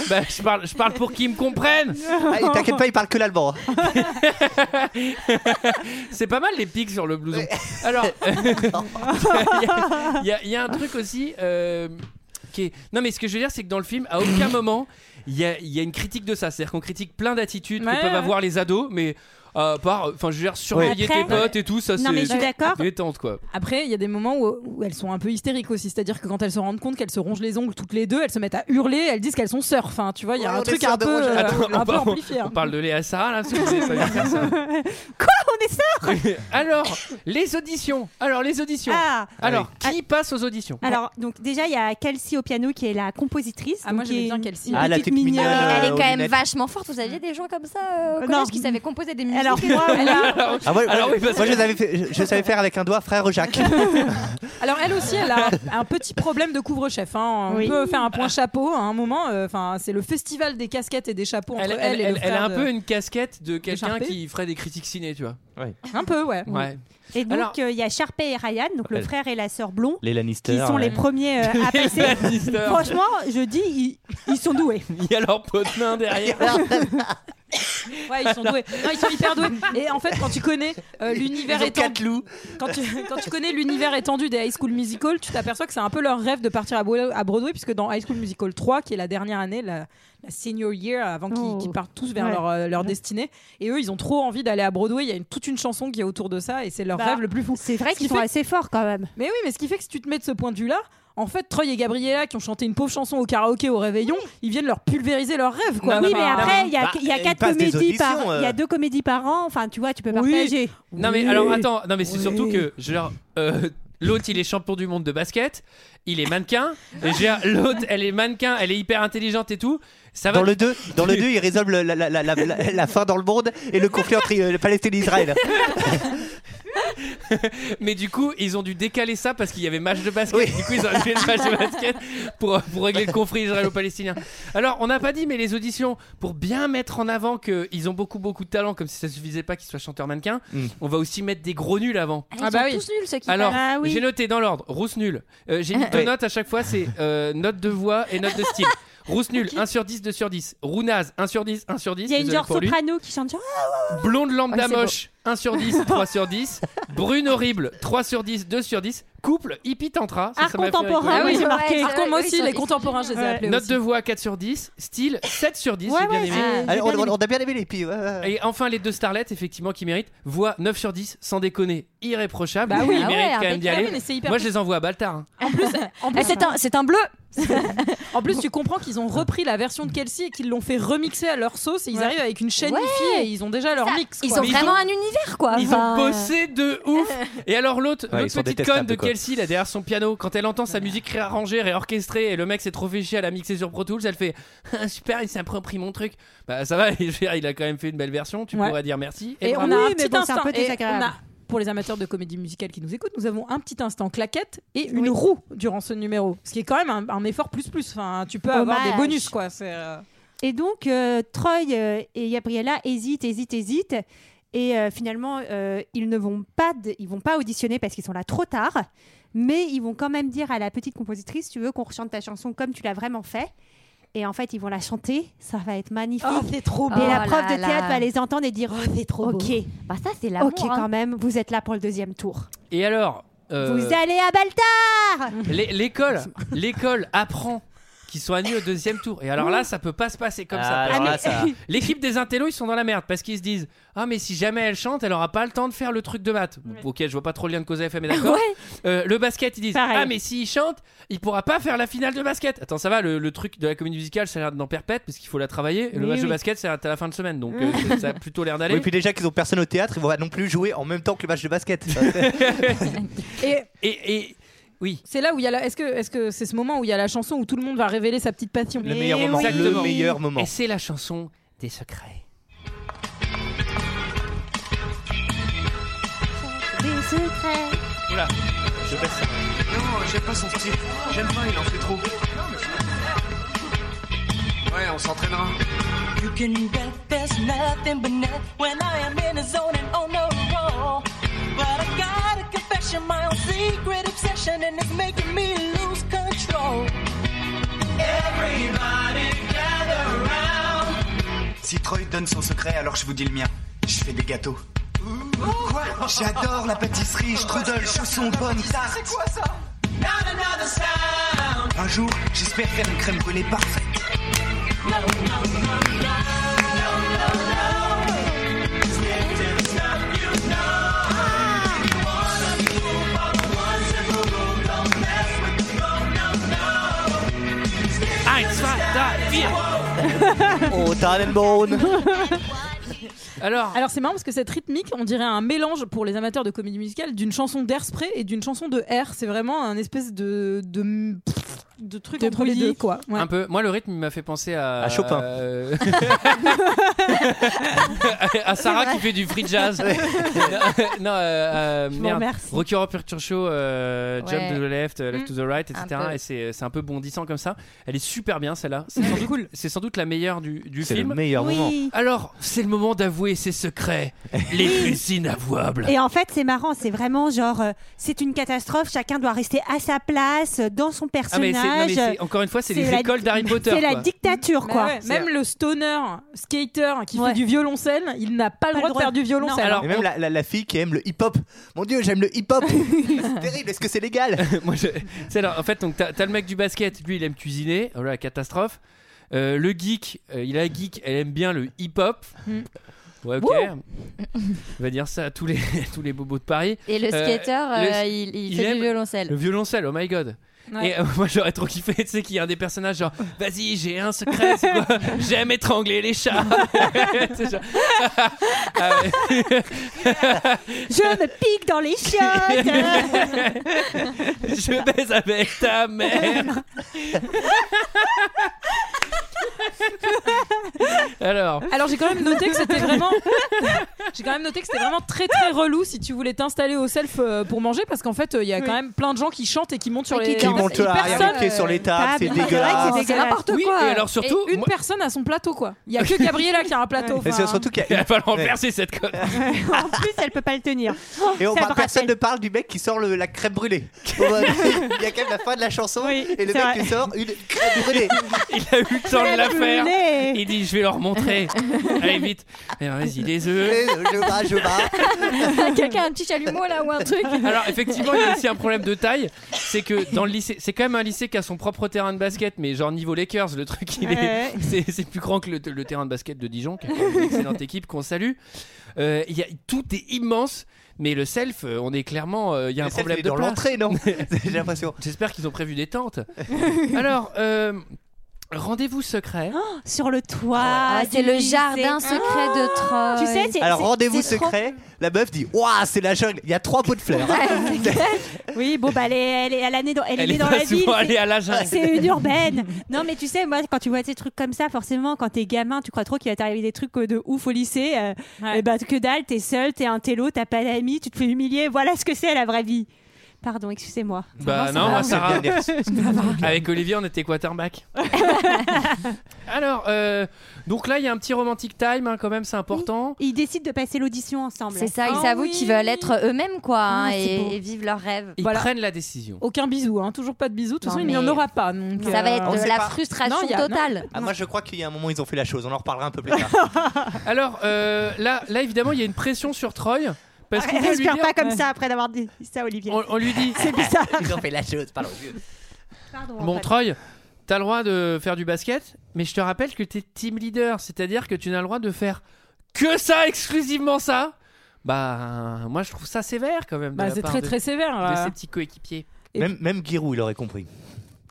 S1: bah, je, parle, je parle pour qu'ils me comprennent.
S8: Ah, et T'inquiète pas, il parle que l'allemand. hein.
S1: C'est pas mal les pics sur le blouson. Alors, il y, a- il y a un truc aussi euh, qui est. Non, mais ce que je veux dire, c'est que dans le film, à aucun moment, il y a, il y a une critique de ça. C'est-à-dire qu'on critique plein d'attitudes
S6: Ouais,
S1: que peuvent
S6: ouais.
S1: avoir les ados, mais euh, à part, enfin, je veux dire, surveiller
S9: Après-
S1: tes potes et tout, ça, c'est.
S9: Non, mais je suis d'accord.
S1: Détente, quoi.
S9: Après, il y a des moments où, où elles sont un peu hystériques aussi, c'est-à-dire que quand elles se rendent compte qu'elles se rongent les ongles toutes les deux, elles se mettent à hurler, elles disent qu'elles sont sœurs. Enfin, tu vois, il y a
S6: Ouais, on
S9: un
S6: est
S9: truc
S6: sœurs
S9: un
S6: de
S9: peu,
S6: rouge.
S9: euh,
S1: Attends,
S9: un
S1: on,
S9: peu
S1: parle-
S9: amplifié. hein.
S1: on parle de Léa Sarah là, parce que vous savez pas dire personne.
S6: Quoi On est sœurs
S1: Alors, les auditions. Alors, les auditions.
S6: Ah.
S1: Alors, qui passe aux auditions
S9: Ah,
S6: Alors, donc déjà, il y a Kelsey au piano qui est la compositrice. Ah,
S9: moi, j'aimais
S6: bien
S9: Kelsey.
S8: Ah, la petite mignonne, euh,
S12: Elle est
S8: aux
S12: quand même
S8: lunettes.
S12: vachement forte. Vous aviez des gens comme ça euh, au
S6: Non.
S12: collège qui savaient composer des musiques.
S6: Alors,
S12: et
S6: moi,
S12: tout.
S8: Ah, ouais,
S1: Alors, oui, parce
S8: moi,
S1: que-
S8: je, savais fait- je- je savais faire avec un doigt frère Jacques.
S9: Alors elle aussi, elle a un petit problème de couvre-chef. hein. On
S1: Oui.
S9: peut faire un
S1: Ah.
S9: point chapeau à un moment. euh, Enfin, c'est le festival des casquettes et des chapeaux entre elle,
S1: elle,
S9: et le
S1: elle- elle
S9: frère
S1: a un
S9: de-
S1: peu une casquette de quelqu'un
S9: Sharpay.
S1: qui ferait des critiques ciné, tu vois.
S8: Ouais.
S9: Un peu, ouais.
S1: Ouais.
S6: Et donc,
S9: Alors-
S6: euh, il y a Sharpay et Ryan, donc le
S8: Ouais.
S6: frère et la sœur blond,
S8: Les Lannister.
S6: qui sont
S8: ouais.
S6: les premiers euh, à
S12: Ah,
S1: Les
S12: bah,
S6: passer.
S1: Lannister.
S6: Franchement, je dis, ils, ils sont doués.
S1: Il y a leur pot de main
S8: Ah,
S1: derrière.
S9: Ouais, ils sont doués. Non, ils sont hyper doués. Et en fait, quand tu connais euh, l'univers
S8: Ils ont
S9: étendu,
S8: quatre loups.
S9: quand tu, quand tu connais l'univers étendu des High School Musical, tu t'aperçois que c'est un peu leur rêve de partir à Broadway, à Broadway, puisque dans High School Musical 3, qui est la dernière année, la, la senior year, avant qu'ils
S6: Oh.
S9: qu'ils partent tous vers
S6: Ouais.
S9: leur, euh, leur destinée, et eux, ils ont trop envie d'aller à Broadway. Il y a une- toute une chanson qui est autour de ça, et c'est leur
S6: Bah,
S9: rêve le plus fou.
S6: C'est vrai
S9: Ce qui
S6: qu'ils sont
S9: fait-
S6: assez forts quand même.
S9: Mais oui, mais ce qui fait que si tu te mets de ce point de vue-là. En fait, Troy et Gabriella, qui ont chanté une pauvre chanson au karaoké au réveillon, ils viennent leur pulvériser leur rêve. Quoi.
S6: oui, mais après, il y a,
S9: Bah,
S6: il y a
S9: ils
S6: quatre
S9: passent des
S6: comédies par,
S9: auditions, euh.
S6: il y a deux comédies par an. Enfin, tu vois, tu peux
S9: Oui.
S6: partager.
S1: Non mais
S9: Oui.
S1: alors attends, non mais c'est
S9: Oui.
S1: surtout que genre euh, l'autre il est champion du monde de basket, il est mannequin, et genre, l'autre elle est mannequin, elle est hyper intelligente et tout. Ça va
S8: Dans le 2, dans le 2, ils résolvent la, la- la- la- la- la fin dans le monde et le conflit entre euh, Palestine et Israël.
S1: Mais du coup, ils ont dû décaler ça parce qu'il y avait match de basket. Du coup, ils ont annulé le match de basket pour, pour régler le conflit israélo-palestinien. Alors, on n'a pas dit, mais les auditions, pour bien mettre en avant qu'ils ont beaucoup, beaucoup de talent, comme si ça suffisait pas qu'ils soient chanteurs mannequins,
S8: Mm.
S1: on va aussi mettre des gros nuls avant.
S12: Ah, ils Ah bah sont oui. tous nuls, ceux qui
S1: Alors,
S12: passent. Ah oui.
S1: j'ai noté dans l'ordre rousse nul. Euh, j'ai mis deux
S8: Ouais.
S1: notes à chaque fois c'est euh, note de voix et note de style. Rousse nul, 1 sur 10, 2 sur 10. Rounaz, 1 sur 10, 1 sur 10.
S6: Il y a une
S1: désolé
S6: genre
S1: pour lui.
S6: soprano qui chante ah, genre.
S1: Blonde lambda
S6: Ouais, c'est
S1: moche, 1 sur 10, 3 sur 10. Brune horrible, 3 sur 10, 22 sur 10. Couple, hippie tantra. ça,
S9: Art
S1: ça m'a fait
S9: contemporain,
S1: rigoler. Ah
S9: oui, j'ai marqué. Art con, moi aussi, les contemporains, je les ai appelés.
S1: Note
S9: aussi.
S1: de voix 4 sur 10, style 7 sur 10, j'ai bien aimé.
S8: Allez, Ah, on, on a bien aimé les pieds. ouais, ouais.
S1: Et enfin les deux starlets effectivement qui méritent voix 9 sur 10 sans déconner irréprochable
S9: Bah oui.
S1: ils
S9: Ah
S1: méritent
S9: ouais,
S1: quand même d'y
S9: impeccable.
S1: aller
S9: Ah oui, mais c'est hyper
S1: moi je les envoie à Baltar hein.
S9: c'est un, bleu. en plus, tu comprends qu'ils ont repris la version de Kelsey et qu'ils l'ont fait remixer à leur sauce. Et ils arrivent avec une chaîne
S12: Ouais.
S9: hi-fi et ils ont déjà leur
S12: Ça,
S9: mix.
S12: ils
S9: quoi.
S12: ont Mais ils vraiment ont- un univers, quoi.
S1: Ils
S12: Enfin,
S1: ont bossé de ouf. Et alors l'autre,
S8: Ouais,
S1: l'autre
S8: ils sont
S1: petite conne
S8: détestables,
S1: de
S8: quoi.
S1: Kelsey là derrière son piano, quand elle entend sa musique réarrangée, réorchestrée, et le mec s'est trop fait chier à la mixer sur Pro Tools, elle fait Ah, super, il s'approprie mon truc. Bah ça va, je veux dire, il a quand même fait une belle version. Tu
S9: Ouais.
S1: pourrais dire merci.
S9: Et on
S1: bravo.
S9: a un petit instant. et on a- pour les amateurs de comédie musicale qui nous écoutent, nous avons un petit instant claquette et une roue durant ce numéro. Ce qui est quand même un, un effort plus plus. Enfin, tu peux avoir des
S6: Hommage.
S9: bonus, quoi. C'est, euh,
S6: Et donc, euh, Troy euh, et Gabriella hésitent, hésitent, hésitent. Et euh, finalement, euh, ils ne vont pas, de- ils vont pas auditionner parce qu'ils sont là trop tard. Mais ils vont quand même dire à la petite compositrice, tu veux qu'on rechante ta chanson comme tu l'as vraiment fait. Et en fait, ils vont la chanter. Ça va être magnifique.
S9: Oh, c'est trop
S6: Et
S12: beau.
S6: la
S12: Oh
S6: prof
S12: là
S6: de théâtre
S12: là.
S6: va les entendre et dire, oh, c'est trop ok.
S12: Bah ça, c'est l'amour.
S6: Ok,
S12: hein.
S6: quand même. Vous êtes là pour le deuxième tour.
S1: Et alors euh,
S6: Vous allez à Baltar.
S1: l'é- l'école, l'école apprend qu'ils sont annulés au deuxième tour. Et alors là, ça peut pas se passer comme ça.
S8: Ah,
S1: parce
S8: alors
S1: que
S8: là, ça-
S1: L'équipe des intellos, ils sont dans la merde parce qu'ils se disent Ah, mais si jamais elle chante, elle aura pas le temps de faire le truc de maths. Ok, je vois pas trop le lien de cause à effet, mais d'accord. Euh, le basket, ils disent Ah, mais s'il chante, il pourra pas faire la finale de basket. Attends, ça va, le, le truc de la comédie musicale, ça a l'air d'en perpète parce qu'il faut la travailler. Et le
S8: Mais
S1: match de
S8: oui.
S1: basket, c'est à la fin de semaine, donc euh, ça a plutôt l'air d'aller.
S8: Oui, puis déjà qu'ils ont personne au théâtre, ils vont pas non plus jouer en même temps que le match de basket.
S9: et
S1: et, et oui.
S9: C'est là où il y a la- Est-ce que est-ce que c'est ce moment où il y a la chanson où tout le monde va révéler sa petite passion
S8: Le meilleur
S6: Eh
S8: moment, le
S1: Exactement.
S8: meilleur moment.
S1: Et c'est la chanson des secrets.
S6: Des secrets.
S1: Oula, je baisse ça.
S4: Non, j'aime pas son style. J'aime pas, il en fait trop. Ouais, on s'entraînera.
S13: You can bet there's nothing but net when I am in the zone and on the roll. But I got a confession, my own secret obsession, and it's making me lose control. Everybody gather around.
S4: Si Troy donne son secret, alors je vous dis le mien. Je fais des gâteaux. Quoi J'adore la pâtisserie, strudel, chausson, bonne tarte. C'est quoi ça
S13: Not another sound.
S4: Un jour, j'espère faire une crème brûlée parfaite.
S13: No, no, no, no. No, no, no. Stick to the stuff you know. You wanna move on the one simple rule. Don't mess with the flow. No, no. Stick to
S1: Eins,
S13: the
S1: zwei,
S13: stuff
S1: drei,
S13: you
S1: vier.
S8: oh, Tannenbaum
S1: Alors,
S6: Ah.
S9: Alors c'est marrant parce que cette rythmique, on dirait un mélange pour les amateurs de comédie musicale d'une chanson d'Airspray et d'une chanson de R. C'est vraiment un espèce de, de- de truc entre les deux, quoi. Ouais.
S1: Un peu. Moi, le rythme il m'a fait penser à.
S8: À Chopin.
S1: euh, à Sarah qui fait du free jazz.
S8: Ouais.
S1: non, euh, euh,
S8: Je vous
S1: merde.
S8: remercie.
S1: Rocky Horror Picture Show, euh,
S8: Ouais.
S1: Jump to the Left, euh, Left to the Right, etc.
S8: Un peu.
S1: Et c'est c'est un peu bondissant comme ça. Elle est super bien celle-là. C'est sans, doute- c'est sans doute la meilleure du, du
S8: C'est le
S1: film.
S8: meilleur Oui. moment.
S1: Alors, c'est le moment d'avouer ses secrets, les plus inavouables.
S6: Et en fait, c'est marrant, c'est vraiment genre, euh, c'est une catastrophe, chacun doit rester à sa place, euh, dans son
S1: Ah, mais
S6: personnage.
S1: c'est- non, mais c'est- encore une fois, c'est les
S6: la-
S1: écoles d'Harry Potter.
S6: C'est la
S1: quoi.
S6: dictature, quoi.
S9: Bah ouais, même le stoner, skater qui fait du violoncelle, il n'a pas, le droit de faire du violoncelle.
S8: Et même la, la- la fille qui aime le hip-hop. Mon dieu, j'aime le hip-hop. c'est terrible, est-ce que c'est légal
S1: Moi, je- c'est là, en fait, donc t'as, t'as le mec du basket, lui il aime cuisiner, oh là, la catastrophe. Euh, le geek, euh, il a un geek, elle aime bien le hip-hop.
S9: Mm.
S1: Ouais, ok.
S9: Wouh
S1: On va dire ça à tous les, tous les bobos de Paris.
S12: Et le
S1: Euh,
S12: skater,
S1: le-
S12: euh, il, il fait
S1: aime
S12: du violoncelle.
S1: Le violoncelle, oh my god.
S12: Ouais.
S1: Et euh, moi j'aurais trop kiffé, tu sais, qu'il y a un des personnages genre, vas-y, j'ai un secret, c'est quoi J'aime étrangler les chats. C'est genre- Ah ouais.
S6: Je me pique dans les chiottes.
S1: Je baise avec ta mère. Alors.
S9: Alors j'ai quand même noté que c'était vraiment, j'ai quand même noté que c'était vraiment très très relou si tu voulais t'installer au self euh, pour manger parce qu'en fait euh, il y a quand même plein de gens qui chantent et qui montent sur les
S8: Qui montent à
S9: personne-
S8: arrière-pied sur les tables,
S6: Ah,
S8: c'est dégueulasse.
S9: n'importe
S1: Oui,
S9: quoi.
S1: et alors surtout,
S9: Et une personne à son plateau quoi. Il y a que Gabriela qui a un plateau.
S8: Mais
S9: enfin,
S8: c'est surtout qu'il y
S1: Il
S8: a
S1: va falloir en percer cette conne.
S6: en plus, elle peut pas le tenir.
S8: Et on
S6: Ça
S8: parle-
S6: me
S8: personne ne parle du mec qui sort le- la crêpe brûlée. On va- Il y a quand même la fin de la chanson et le
S6: c'est
S8: mec
S6: vrai.
S8: qui sort une crêpe brûlée.
S1: Il a eu le temps de la faire.
S6: brûlée.
S1: Il dit, je vais leur montrer. Allez vite. Eh, Vas-y, les
S8: Et
S1: œufs.
S8: je bats, je bats.
S12: Quelqu'un a un petit chalumeau là ou un truc
S1: Alors effectivement, il y a aussi un problème de taille, c'est que dans le lycée, c'est quand même un lycée qui a son propre terrain de basket, mais genre niveau Lakers, le truc il est,
S6: Ouais.
S1: c'est, c'est plus grand que le, le terrain de basket de Dijon, qui est une excellente équipe qu'on salue. Euh, il y a- tout est immense, mais le self, euh, on est clairement, euh, il y a un
S8: Le self,
S1: problème
S8: il est
S1: de
S8: dans
S1: place.
S8: l'entrée, non J'ai l'impression.
S1: J'espère qu'ils ont prévu des tentes. Alors. euh, Rendez-vous secret.
S6: Sur le toit.
S12: Ah, c'est
S6: du
S12: le
S6: lycée.
S12: jardin secret de Troy.
S6: Tu sais, c'est-
S8: Alors
S6: c'est-
S8: rendez-vous
S6: c'est trop-
S8: secret, la meuf dit Waouh, c'est la jungle, il y a trois pots de fleurs.
S6: Oui, bon, bah, elle est, elle est, elle est née dans, elle est
S8: Elle
S6: née
S8: est
S6: dans
S8: pas
S6: la
S8: souvent
S6: ville.
S8: allée
S6: c'est- Ah,
S8: à la jungle.
S6: C'est une urbaine. Non, mais tu sais, moi, quand tu vois ces trucs comme ça, forcément, quand t'es gamin, tu crois trop qu'il va t'arriver des trucs de ouf au lycée. euh, Et bah, que dalle, t'es seul, t'es un télo, t'as pas d'amis, tu te fais humilier. Voilà ce que c'est la vraie vie. Pardon, excusez-moi.
S1: Bah non, moi Sarah. Avec Olivier, on était quarterback. Alors, euh, donc là, il y a un petit romantic time hein, quand même, c'est important.
S6: Ils décident de passer l'audition ensemble.
S12: C'est
S1: Ah
S12: ça, ils
S9: Ah
S12: s'avouent qu'ils veulent être euh, eux-mêmes quoi hein,
S9: c'est
S12: et,
S9: beau.
S12: et vivre leurs rêves.
S1: Ils prennent la décision.
S9: Aucun bisou, hein, toujours pas de bisous. De toute
S12: Non,
S9: façon, il n'y en
S12: mais-
S9: aura pas. donc, euh,
S12: Ça va être
S9: on
S12: de
S9: sait
S12: la
S9: pas.
S12: frustration
S9: Non, il y a- non.
S12: totale.
S8: Ah, moi je crois qu'il y a un moment ils ont fait la chose, on en reparlera un peu plus tard.
S1: Alors euh, là, là, évidemment, il y a une pression sur Troy. Parce qu'on veut lui
S6: Respire
S1: dire-
S6: pas comme ça après d'avoir dit ça, Olivier.
S9: Oh,
S1: On, on lui dit.
S6: C'est bizarre.
S8: Ils ont fait la chose, pardon.
S6: Pardon,
S1: Bon,
S6: Antoine.
S1: Troy, t'as le droit de faire du basket, mais je te rappelle que t'es team leader, c'est-à-dire que tu n'as le droit de faire que ça, exclusivement ça. Bah, moi, je trouve ça sévère quand même. de
S9: Bah,
S1: la
S9: c'est
S1: part
S9: très,
S1: de-
S9: très sévère,
S1: De
S9: euh.
S6: hein.
S1: ses petits coéquipiers.
S8: Même, même Giroud, il aurait compris.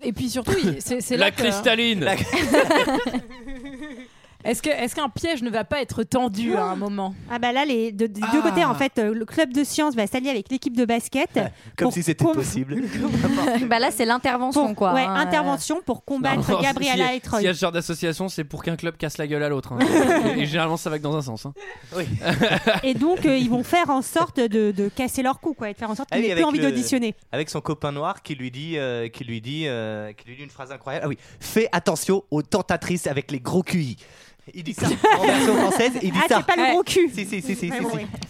S9: Et puis surtout, il- c'est c'est
S1: La
S9: là que-
S1: cristalline
S9: Est-ce que- est-ce qu'un piège ne va pas être tendu à un moment
S6: Ah bah là, les, de- des deux
S9: Ah.
S6: côtés, en fait, euh, le club de sciences va s'allier avec l'équipe de basket.
S8: Comme
S6: pour-
S8: si c'était possible.
S12: bah là, c'est l'intervention quoi.
S6: ouais,
S12: hein.
S6: intervention pour combattre
S1: Non,
S6: Gabriella
S1: si-
S6: et Troy.
S1: S'il y a ce genre d'association, c'est pour qu'un club casse la gueule à l'autre. hein. et généralement, ça va que dans un sens. hein.
S6: Et donc, euh, ils vont faire en sorte de, de casser leur coup, quoi, et de faire en sorte
S8: Ah
S6: qu'ils
S8: oui,
S6: n'aient plus
S8: avec
S6: envie
S8: le-
S6: d'auditionner.
S8: Avec son copain noir qui lui dit, euh, qui lui dit, euh, qui lui dit une phrase incroyable. Ah oui, fais attention aux tentatrices avec les gros QI. Il dit ça en version française. Il dit
S9: Ah,
S8: ça.
S9: c'est pas le gros
S6: cul.
S8: Si si si si. si, si.
S12: euh.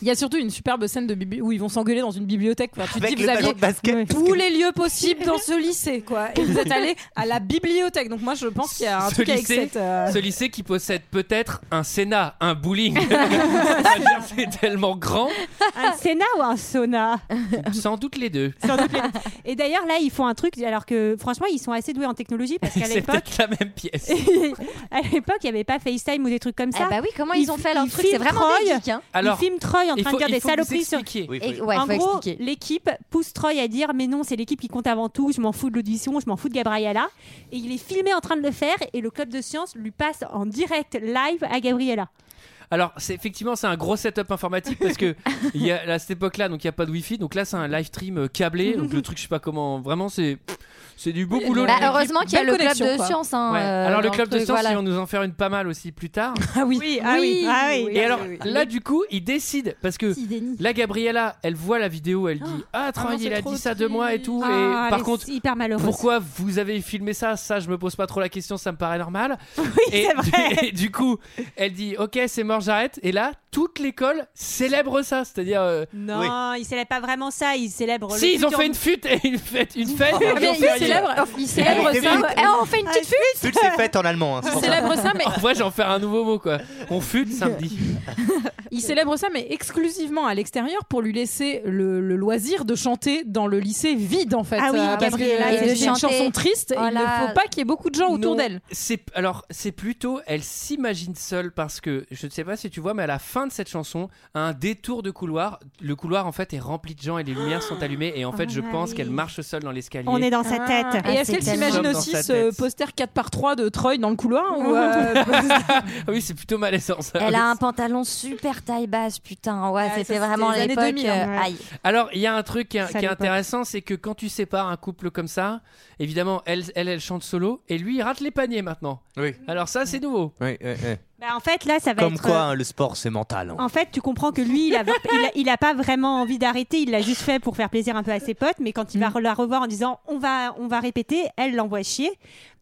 S9: Il y a surtout une superbe scène de bibli- où ils vont s'engueuler dans une bibliothèque. Enfin, tu te
S8: Avec
S9: dis,
S8: le
S9: vous
S8: ballon
S9: aviez
S8: de basket,
S9: tous les lieux possibles dans ce lycée, quoi. Et vous êtes allés à la bibliothèque. Donc moi, je pense qu'il y a un
S1: ce,
S9: truc avec
S1: lycée,
S9: cette.
S6: Ah.
S9: euh,
S1: ce lycée qui possède peut-être un Sénat, un bowling. C'est-à-dire, c'est tellement grand.
S6: Un Sénat ou un sauna
S1: Sans doute les deux.
S6: Et d'ailleurs, là, ils font un truc, alors que franchement, ils sont assez doués en technologie parce qu'à
S1: C'est
S6: l'époque.
S1: peut-être la même pièce.
S6: À l'époque, il n'y avait pas FaceTime ou des trucs comme ça.
S12: Ah bah oui, comment ils ont fait leur truc C'est
S6: filment
S12: vraiment des
S6: Troy,
S12: geeks, hein.
S1: Alors,
S6: ils filment Troy en
S1: il
S6: train
S1: faut-
S6: de dire
S1: il
S6: des
S1: faut vous
S6: saloperies sur.
S1: expliquer. Oui,
S12: faut- ouais,
S6: en
S12: faut
S6: gros,
S12: expliquer.
S6: l'équipe pousse Troy à dire Mais non, c'est l'équipe qui compte avant tout, je m'en fous de l'audition, je m'en fous de Gabriella. Et il est filmé en train de le faire et le club de sciences lui passe en direct live à Gabriella.
S1: Alors, c'est effectivement, c'est un gros setup informatique parce que il y a, à cette époque-là, donc il n'y a pas de wifi Donc là, c'est un live stream euh, câblé. Donc le truc, je sais pas comment. Vraiment, c'est c'est du beau boulot. de
S12: Bah,
S1: l'équipe.
S12: heureusement qu'il y a Belle le club connexion, de quoi. science, hein,
S1: Ouais.
S12: euh,
S1: Alors le
S12: dans
S1: club
S12: le
S1: de
S12: truc,
S1: science,
S12: voilà.
S1: ils vont nous en faire une pas mal aussi plus tard.
S9: Ah oui, oui, ah oui, oui, ah oui. oui,
S1: Et alors
S9: oui, oui.
S1: là, du coup, il décide parce que la Gabriella, elle voit la vidéo, elle dit ah, attends,
S6: Oh. non,
S1: il
S6: c'est
S1: a
S6: trop Ah,
S1: dit ça de moi et tout. et par contre,
S6: hyper malheureux.
S1: pourquoi vous avez filmé ça Ça, je me pose pas trop la question, ça me paraît normal. et, et du coup, elle dit Ok, c'est mort, j'arrête. Et là, toute l'école célèbre ça. C'est-à-dire. euh,
S6: Non,
S1: oui.
S6: ils célèbrent pas vraiment ça, ils célèbrent. Oh, le
S1: Si, ils ont
S6: futur- Ah,
S1: fait une fête, une fête, une fête.
S9: Ah,
S6: Mais
S1: ils ont
S6: ils
S1: fait un-
S6: célèbrent- ils célèbrent
S1: Des
S6: ça.
S1: futes.
S6: Eh, on fait une petite
S12: fute
S8: Fut, c'est fait en allemand. hein, c'est pour ça.
S1: En vrai, j'en faire un nouveau mot, quoi. On fute samedi.
S9: Il célèbre ça, mais exclusivement à l'extérieur pour lui laisser le, le loisir de chanter dans le lycée vide, en fait.
S12: Ah oui,
S9: euh, parce que
S12: Gabriella,
S9: euh,
S12: et de
S9: c'est une
S12: chanter.
S9: chanson triste et
S12: Oh
S9: il
S12: là.
S9: ne faut pas qu'il y ait beaucoup de gens autour
S1: Non,
S9: d'elle.
S1: C'est alors c'est plutôt elle s'imagine seule parce que je ne sais pas si tu vois mais à la fin de cette chanson, à un détour de couloir, le couloir en fait est rempli de gens et les lumières sont allumées et en fait je
S9: Ah
S1: pense
S9: oui.
S1: qu'elle marche seule dans l'escalier.
S6: On est dans sa tête.
S9: Et est-ce qu'elle s'imagine
S1: Nous sommes dans
S9: aussi
S1: sa
S9: ce
S1: tête.
S9: poster 4x3 de Troy dans le couloir ou, euh,
S1: Ah oui, c'est plutôt malaisant ça.
S12: Elle a un pantalon super taille basse, putain. Ouais, c'était
S9: ça,
S12: vraiment
S9: c'était les années
S12: l'époque.
S9: 2000, hein.
S12: euh,
S9: Ouais.
S12: Aïe.
S1: Alors, il y a un truc qui est,
S12: Ça
S1: qui est
S12: l'est pas.
S1: intéressant, c'est que quand tu sépares un couple comme ça, évidemment, elle, elle, elle chante solo et lui, il rate les paniers maintenant.
S8: Oui.
S1: Alors ça, c'est nouveau.
S8: Oui, oui, oui.
S6: Bah, en fait, là, ça va
S8: Comme
S6: être.
S9: euh,
S8: quoi, hein, le sport, c'est mental. hein.
S6: En fait, tu comprends que lui, il a, il a, il a pas vraiment envie d'arrêter. Il l'a juste fait pour faire plaisir un peu à ses potes. Mais quand il
S9: Mm.
S6: va la revoir en disant on va, on va répéter, elle l'envoie chier.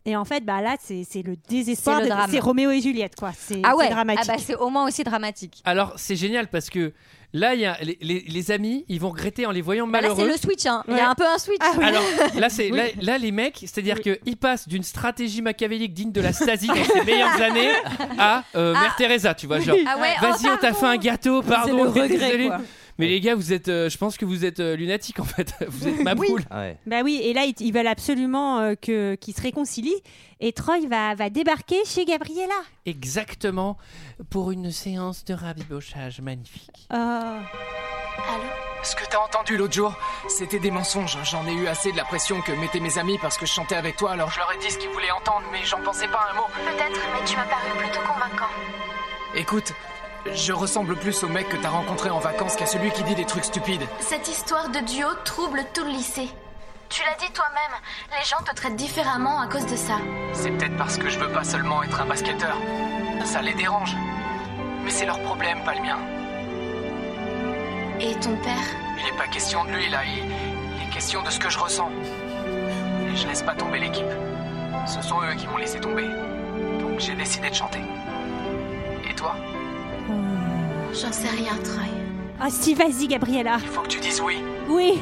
S6: Et en fait, bah là, c'est c'est le désespoir.
S12: C'est le
S6: de-
S12: drame.
S6: C'est Roméo et Juliette, quoi. C'est
S12: Ah ouais,
S6: c'est dramatique.
S12: ah bah, c'est au moins aussi dramatique.
S1: Alors, c'est génial parce que là, il y a les, les- les amis, ils vont regretter en les voyant
S12: Bah, là,
S1: malheureux.
S12: c'est le switch. hein. Il y a un peu un switch.
S9: Ah
S1: Alors là, c'est
S12: Oui.
S1: là, là, les mecs, c'est-à-dire qu'ils passent d'une stratégie machiavélique digne de la Stasi dans ses meilleures années à euh,
S12: Ah.
S1: Mère Teresa, tu vois,
S12: Oui.
S1: genre,
S12: Ah ouais, oh,
S1: vas-y, on t'a fait un gâteau, pardon,
S9: le regret,
S1: désolé.
S9: quoi.
S1: Mais les gars, vous êtes, euh, je pense que vous êtes euh, lunatiques en fait, vous êtes ma boule.
S9: Ah.
S6: Bah oui, et là, ils, ils veulent absolument euh, que qu'ils se réconcilient. Et Troy va, va débarquer chez Gabriella.
S1: Exactement pour une séance de rabibochage magnifique.
S9: Oh.
S3: Ce que t'as entendu l'autre jour, c'était des mensonges. J'en ai eu assez de la pression que mettaient mes amis parce que je chantais avec toi, alors je leur ai dit ce qu'ils voulaient entendre, mais j'en pensais pas un mot.
S10: Peut-être, mais tu m'as paru plutôt convaincant.
S3: Écoute, je ressemble plus au mec que t'as rencontré en vacances qu'à celui qui dit des trucs stupides.
S10: Cette histoire de duo trouble tout le lycée. Tu l'as dit toi-même, les gens te traitent différemment à cause de ça.
S3: C'est peut-être parce que je veux pas seulement être un basketteur. Ça les dérange. Mais c'est leur problème, pas le mien.
S10: Et ton père
S3: Il est pas question de lui là, il, il est question de ce que je ressens. Et je laisse pas tomber l'équipe. Ce sont eux qui m'ont laissé tomber. Donc j'ai décidé de chanter. Et toi
S10: J'en sais rien, Troy.
S6: Ah si, vas-y, Gabriella.
S3: Faut que tu dises oui.
S6: Oui.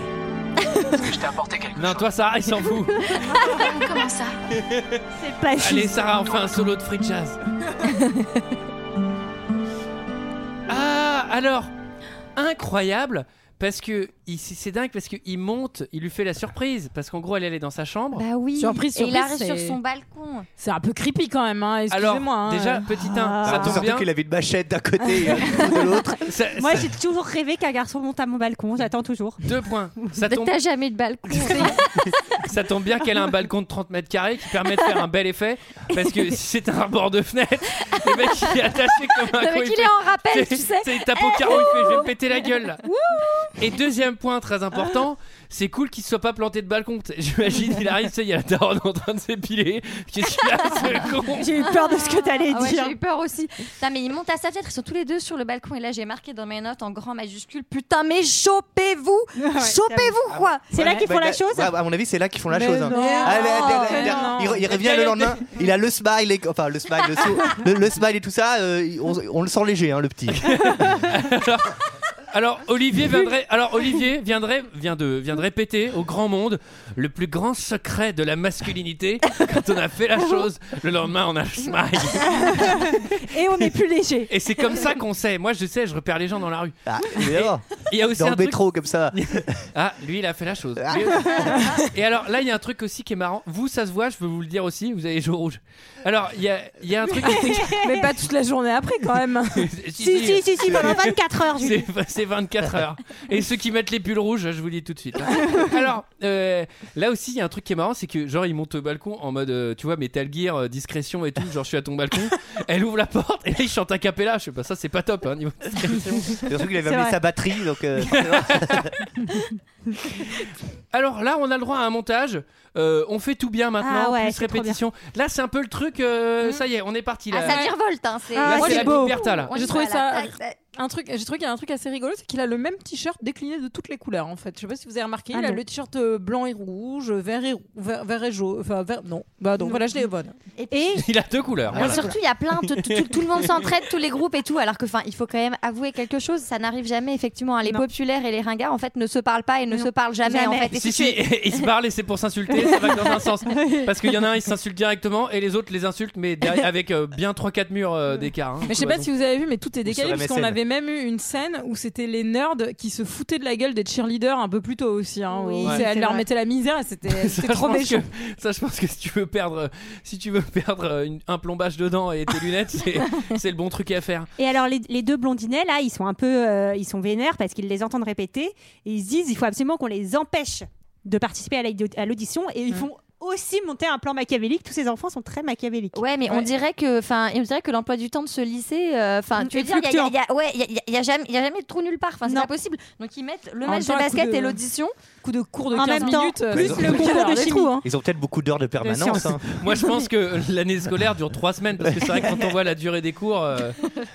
S3: Parce que je t'ai apporté quelque
S1: Non, toi, Sarah, il s'en fout.
S10: Comment ça
S6: C'est pas
S1: Allez,
S6: juste.
S1: Sarah, on fait un solo de free jazz. ah, alors, incroyable, parce que il- c'est c'est dingue, parce qu'il monte, il lui fait la surprise, parce qu'en gros, elle, elle est dans sa chambre.
S12: Bah oui.
S9: Surprise,
S12: Et il
S9: surprise,
S12: arrive sur
S9: c'est-
S12: son balcon.
S9: C'est un peu creepy quand même, hein,
S1: Alors,
S9: excusez-moi. hein.
S1: déjà, petit 1,
S12: Ah.
S1: ça tombe
S8: Surtout
S1: bien.
S8: qu'il avait une machette d'un côté et un coup de l'autre.
S1: Ça-
S6: Moi,
S1: ça-
S6: j'ai toujours rêvé qu'un garçon monte à mon balcon. J'attends toujours.
S1: Deux points. Ça tombe,
S12: T'as jamais de balcon.
S1: ça tombe bien qu'elle a un balcon de 30 mètres carrés qui permet de faire un bel effet. Parce que si c'est un bord de fenêtre, le mec il est attaché
S9: Ah,
S1: comme un
S12: Le
S1: con,
S12: mec,
S1: il
S12: il
S1: fait-
S12: est en rappel, tu sais.
S1: C'est tape au carreau, il fait, je vais me péter la gueule là. Et deuxième point très important, c'est cool qu'il ne soit pas planté de balcon. T'sais, J'imagine, il arrive, tu sais, il y a la daronne en train de s'épiler. Qu'est-ce qu'il y a, ce con
S6: J'ai eu peur de ce que t'allais
S12: Ah ouais,
S6: dire.
S12: J'ai eu peur aussi. Non, mais ils montent à sa fenêtre, ils sont tous les deux sur le balcon. Et là, j'ai marqué dans mes notes en grand majuscule Putain, mais chopez-vous Chopez-vous,
S9: Ah
S12: quoi
S6: C'est là qu'ils font
S8: Bah,
S6: la chose.
S8: bah, À mon avis, c'est là qu'ils font la
S12: Mais
S1: bah,
S8: chose. hein.
S12: non.
S8: Ah,
S9: Oh,
S8: là, là, là,
S12: Mais
S8: là,
S12: non.
S8: il re- Il,
S12: La
S8: revient le
S12: période
S8: lendemain, il a le smile, et- enfin le smile, le, sou- le- le smile et tout ça. euh, on, on le sent léger, hein, le petit.
S1: Alors Olivier viendrait, alors Olivier viendrait, vient de, viendrait péter au grand monde le plus grand secret de la masculinité. Quand on a fait la chose, le lendemain on a le smile. bah.
S6: Et on est plus léger.
S1: Et c'est comme ça qu'on sait. Moi je sais, je repère les gens dans la rue.
S8: Ah, évidemment.
S1: Il y a aussi
S8: Dans
S1: un
S8: le
S1: truc-
S8: métro, comme ça.
S1: Ah, lui, il a fait la chose. Lui aussi. Et alors là, il y a un truc aussi qui est marrant. Vous, ça se voit, je veux vous le dire aussi, vous avez les joues rouges. Alors, il y a, il y a un truc.
S9: Mais pas toute la journée après quand même.
S1: Si,
S6: Si, si, si, si, pendant 24 heures, Julie.
S1: C'est- C'est c'est 24 heures. Et ceux qui mettent les pulls rouges, je vous le dis tout de suite. hein. Alors, euh, là aussi, il y a un truc qui est marrant, c'est que genre, ils montent au balcon en mode, euh, tu vois, Metal Gear, euh, discrétion et tout. Genre, je suis à ton balcon. Elle ouvre la porte et là, ils chantent à cappella. Je sais pas, ça, c'est pas top. Hein, niveau discrétion.
S8: Surtout qu'il avait amené sa batterie, donc. euh,
S1: Alors là, on a le droit à un montage. Euh, on fait tout bien maintenant,
S12: Ah ouais,
S1: plus
S12: c'est trop
S1: répétition. Là, c'est un peu le truc. euh, Ça y est, on est parti. Là.
S12: Ah, ça virevolte, hein, c'est.
S1: Là,
S9: Ah,
S1: c'est
S9: c'est
S1: la
S9: beau.
S1: Liberta, là.
S12: On
S9: J'ai
S12: y
S9: trouvé
S12: va,
S9: ça
S12: là, tac, tac.
S9: un truc. J'ai trouvé qu'il y a un truc assez rigolo, c'est qu'il a le même t-shirt décliné de toutes les couleurs en fait. Je sais pas si vous avez remarqué,
S12: Ah
S9: il a
S12: non.
S9: le t-shirt euh, blanc et rouge, vert et rou- vert, vert et jaune. Enfin, vert- non. Bah donc
S12: Non.
S9: voilà, je l'ai bonne.
S12: Et puis-
S1: Il a deux couleurs.
S12: Mais
S1: voilà.
S12: surtout, il y a plein, tout, tout- tout- tout le monde s'entraide, tous les groupes et tout. Alors que, enfin, il faut quand même avouer quelque chose, ça n'arrive jamais effectivement. hein. Les populaires et les ringards, en fait, ne se parlent pas et ne se parlent jamais, en fait. Et
S1: Si,
S12: si
S1: si, ils se parlent et c'est pour s'insulter, ça va dans un sens. Parce qu'il y en a un, ils s'insultent directement et les autres les insultent, mais derrière- avec euh, bien 3-4 murs euh, d'écart. hein.
S9: Mais je sais pas si vous avez vu, mais tout est décalé
S1: sur
S9: parce qu'on
S1: MSN.
S9: avait même eu une scène où c'était les nerds qui se foutaient de la gueule des cheerleaders un peu plus tôt aussi. Hein,
S1: Oui,
S9: où
S1: Ouais.
S9: c'est-
S1: c'est
S9: Elle leur
S1: vrai.
S9: mettait la misère et c'était
S1: Ça,
S9: c'était
S1: je
S9: trop
S1: pense
S9: méchant.
S1: que- ça, je pense que si tu veux perdre, euh, si tu veux perdre euh, une- un plombage dedans et tes lunettes, c'est c'est le bon truc à faire.
S6: Et alors les, les deux blondinets là, ils sont un peu, euh, ils sont vénères parce qu'ils les entendent répéter et ils se disent il faut absolument qu'on les empêche de participer à l'audi- à l'audition et
S1: Mmh.
S6: ils font aussi monter un plan machiavélique. Tous ces enfants sont très machiavéliques.
S12: Ouais, mais on dirait que, enfin, on dirait que l'emploi du temps de ce lycée, euh, enfin, tu
S6: Est
S12: veux dire, il y a- il y, a- il y
S6: fluctuant.
S12: a- ouais, il y a- il y a- il y a jamais, il y a jamais de trou nulle part. Enfin, c'est pas possible. Donc ils mettent le
S9: En
S12: match
S9: même
S12: de
S9: temps, un coup
S12: basket
S9: de-
S12: et l'audition.
S9: Coup de cours de
S12: En
S9: 15
S12: même temps,
S9: minutes. euh, c'est
S8: plus le
S9: compliqué
S8: concours
S9: d'avoir
S8: de
S9: des
S8: chimie.
S9: trous, hein.
S8: Ils ont peut-être beaucoup d'heures de permanence. hein.
S1: Moi, je pense que l'année scolaire dure trois semaines parce que c'est vrai que quand on voit la durée des cours. euh,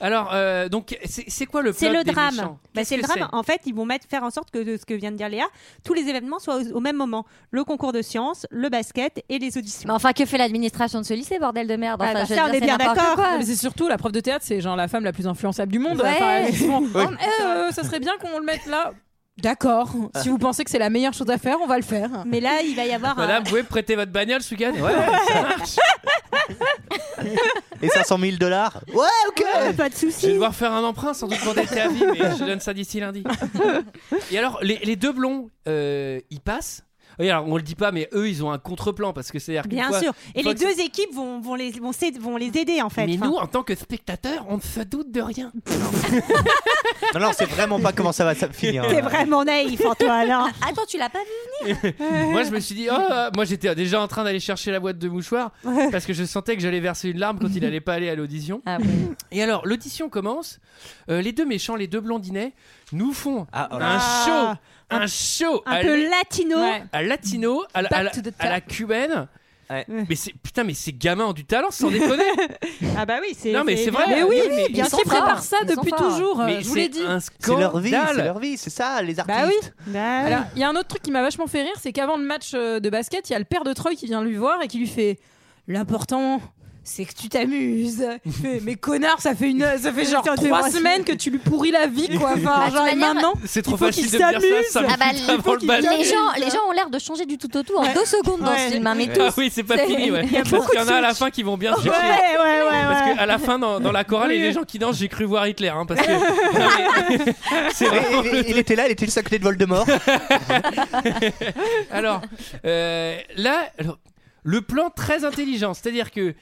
S1: Alors, euh, donc, c'est c'est quoi le
S6: C'est
S1: plot
S6: le
S1: des
S6: drame.
S1: méchants
S6: Bah,
S1: Qu'est-ce
S6: c'est le
S1: que
S6: drame. En fait, ils vont mettre, faire en sorte que de ce que vient de dire Léa, tous les événements soient au, au même moment. Le concours de sciences, le basket et les auditions.
S12: Mais enfin, que fait l'administration de ce lycée, bordel de merde Enfin,
S6: Ah bah,
S12: je veux
S6: ça, on
S12: dire,
S6: est
S12: c'est
S6: bien
S12: n'importe
S6: d'accord.
S12: quoi.
S9: Mais c'est surtout la prof de théâtre, c'est genre la femme la plus influençable du monde.
S12: Ouais.
S9: Enfin, elle est souvent,
S12: Oui.
S9: Oh, mais, euh, ça serait bien qu'on le mette là. D'accord. Si vous pensez que c'est la meilleure chose à faire, on va le faire.
S6: Mais là, il va y avoir
S1: Ah. Madame, vous pouvez me prêter votre bagnole, Sugan Ouais, ça marche.
S8: Et 500 000 dollars Ouais, ok
S6: euh, Pas de soucis.
S1: Je vais devoir faire un emprunt sans doute pour des avis, mais je donne ça d'ici lundi. Et alors, les, les deux blonds, euh, ils passent oui, alors on le dit pas, mais eux ils ont un contre-plan parce que c'est-à-dire qu'une
S6: Bien
S1: fois-
S6: sûr.
S1: une
S6: Et
S1: fois
S6: les
S1: que-
S6: deux équipes vont, vont, les, vont, s'aid- vont les aider en fait.
S1: Mais
S6: Enfin,
S1: nous, en tant que spectateurs, on ne se doute de rien.
S8: Non, non, on sait vraiment pas comment ça va ça- finir. hein.
S6: T'es vraiment naïf, Antoine. hein.
S12: Attends, tu l'as pas vu
S1: moi je me suis dit, oh, euh, moi j'étais déjà en train d'aller chercher la boîte de mouchoirs parce que je sentais que j'allais verser une larme quand il allait pas aller à l'audition.
S12: Ah,
S1: Et alors l'audition commence, Euh, les deux méchants, les deux blondinets nous font un
S6: Ah.
S1: show, un show
S6: Un
S1: à
S6: peu
S1: l-
S6: latino.
S1: à latino, à la, à la-
S6: Back to the
S1: à la
S6: top.
S1: cubaine. Mais c'est putain, mais ces gamins ont du talent, sans déconner.
S6: Ah bah oui, c'est.
S1: non mais c'est vrai.
S6: Mais oui,
S1: mais-
S6: bien
S9: Ils
S6: sûr.
S9: s'y préparent ça depuis toujours.
S1: Mais
S9: euh, je vous l'ai
S1: c'est
S9: dit.
S1: un
S8: C'est leur vie,
S1: scandale.
S8: c'est leur vie, c'est ça, les artistes.
S9: Bah oui. Alors, il y a un autre truc qui m'a vachement fait rire, c'est qu'avant le match euh, de basket, il y a le père de Troy qui vient lui voir et qui lui fait L'important, c'est que tu t'amuses. Il fait, Mais connard, ça fait, une, ça fait genre
S6: Ça fait
S9: trois
S6: trois
S9: semaines que tu lui pourris la vie, quoi. Enfin,
S12: Bah,
S9: genre,
S12: de
S9: et
S12: toute manière-
S9: maintenant.
S1: C'est trop
S9: il faut
S1: facile
S9: qu'il
S1: de dire ça,
S9: s'amuse.
S1: ça me
S12: Ah bah,
S1: fout
S12: les-
S1: avant le bal.
S12: les gens, les gens ont l'air de changer du tout au tout en deux secondes dans ce film, hein, mais tous.
S1: Ah oui, c'est pas
S12: C'est-
S1: fini, ouais.
S12: Il y a
S1: Parce
S12: beaucoup
S1: qu'il y
S12: de
S1: en a à la fin qui vont bien se
S6: Ouais, ouais,
S1: chercher.
S6: ouais.
S1: Parce
S6: ouais.
S1: qu'à la fin, dans, dans la chorale, il y a des gens qui dansent, j'ai cru voir Hitler. hein, parce que... Non, mais- c'est vraiment
S8: Et- et- il était là, il était juste à côté de Voldemort.
S1: Alors, euh, là, alors, le plan très intelligent, c'est-à-dire que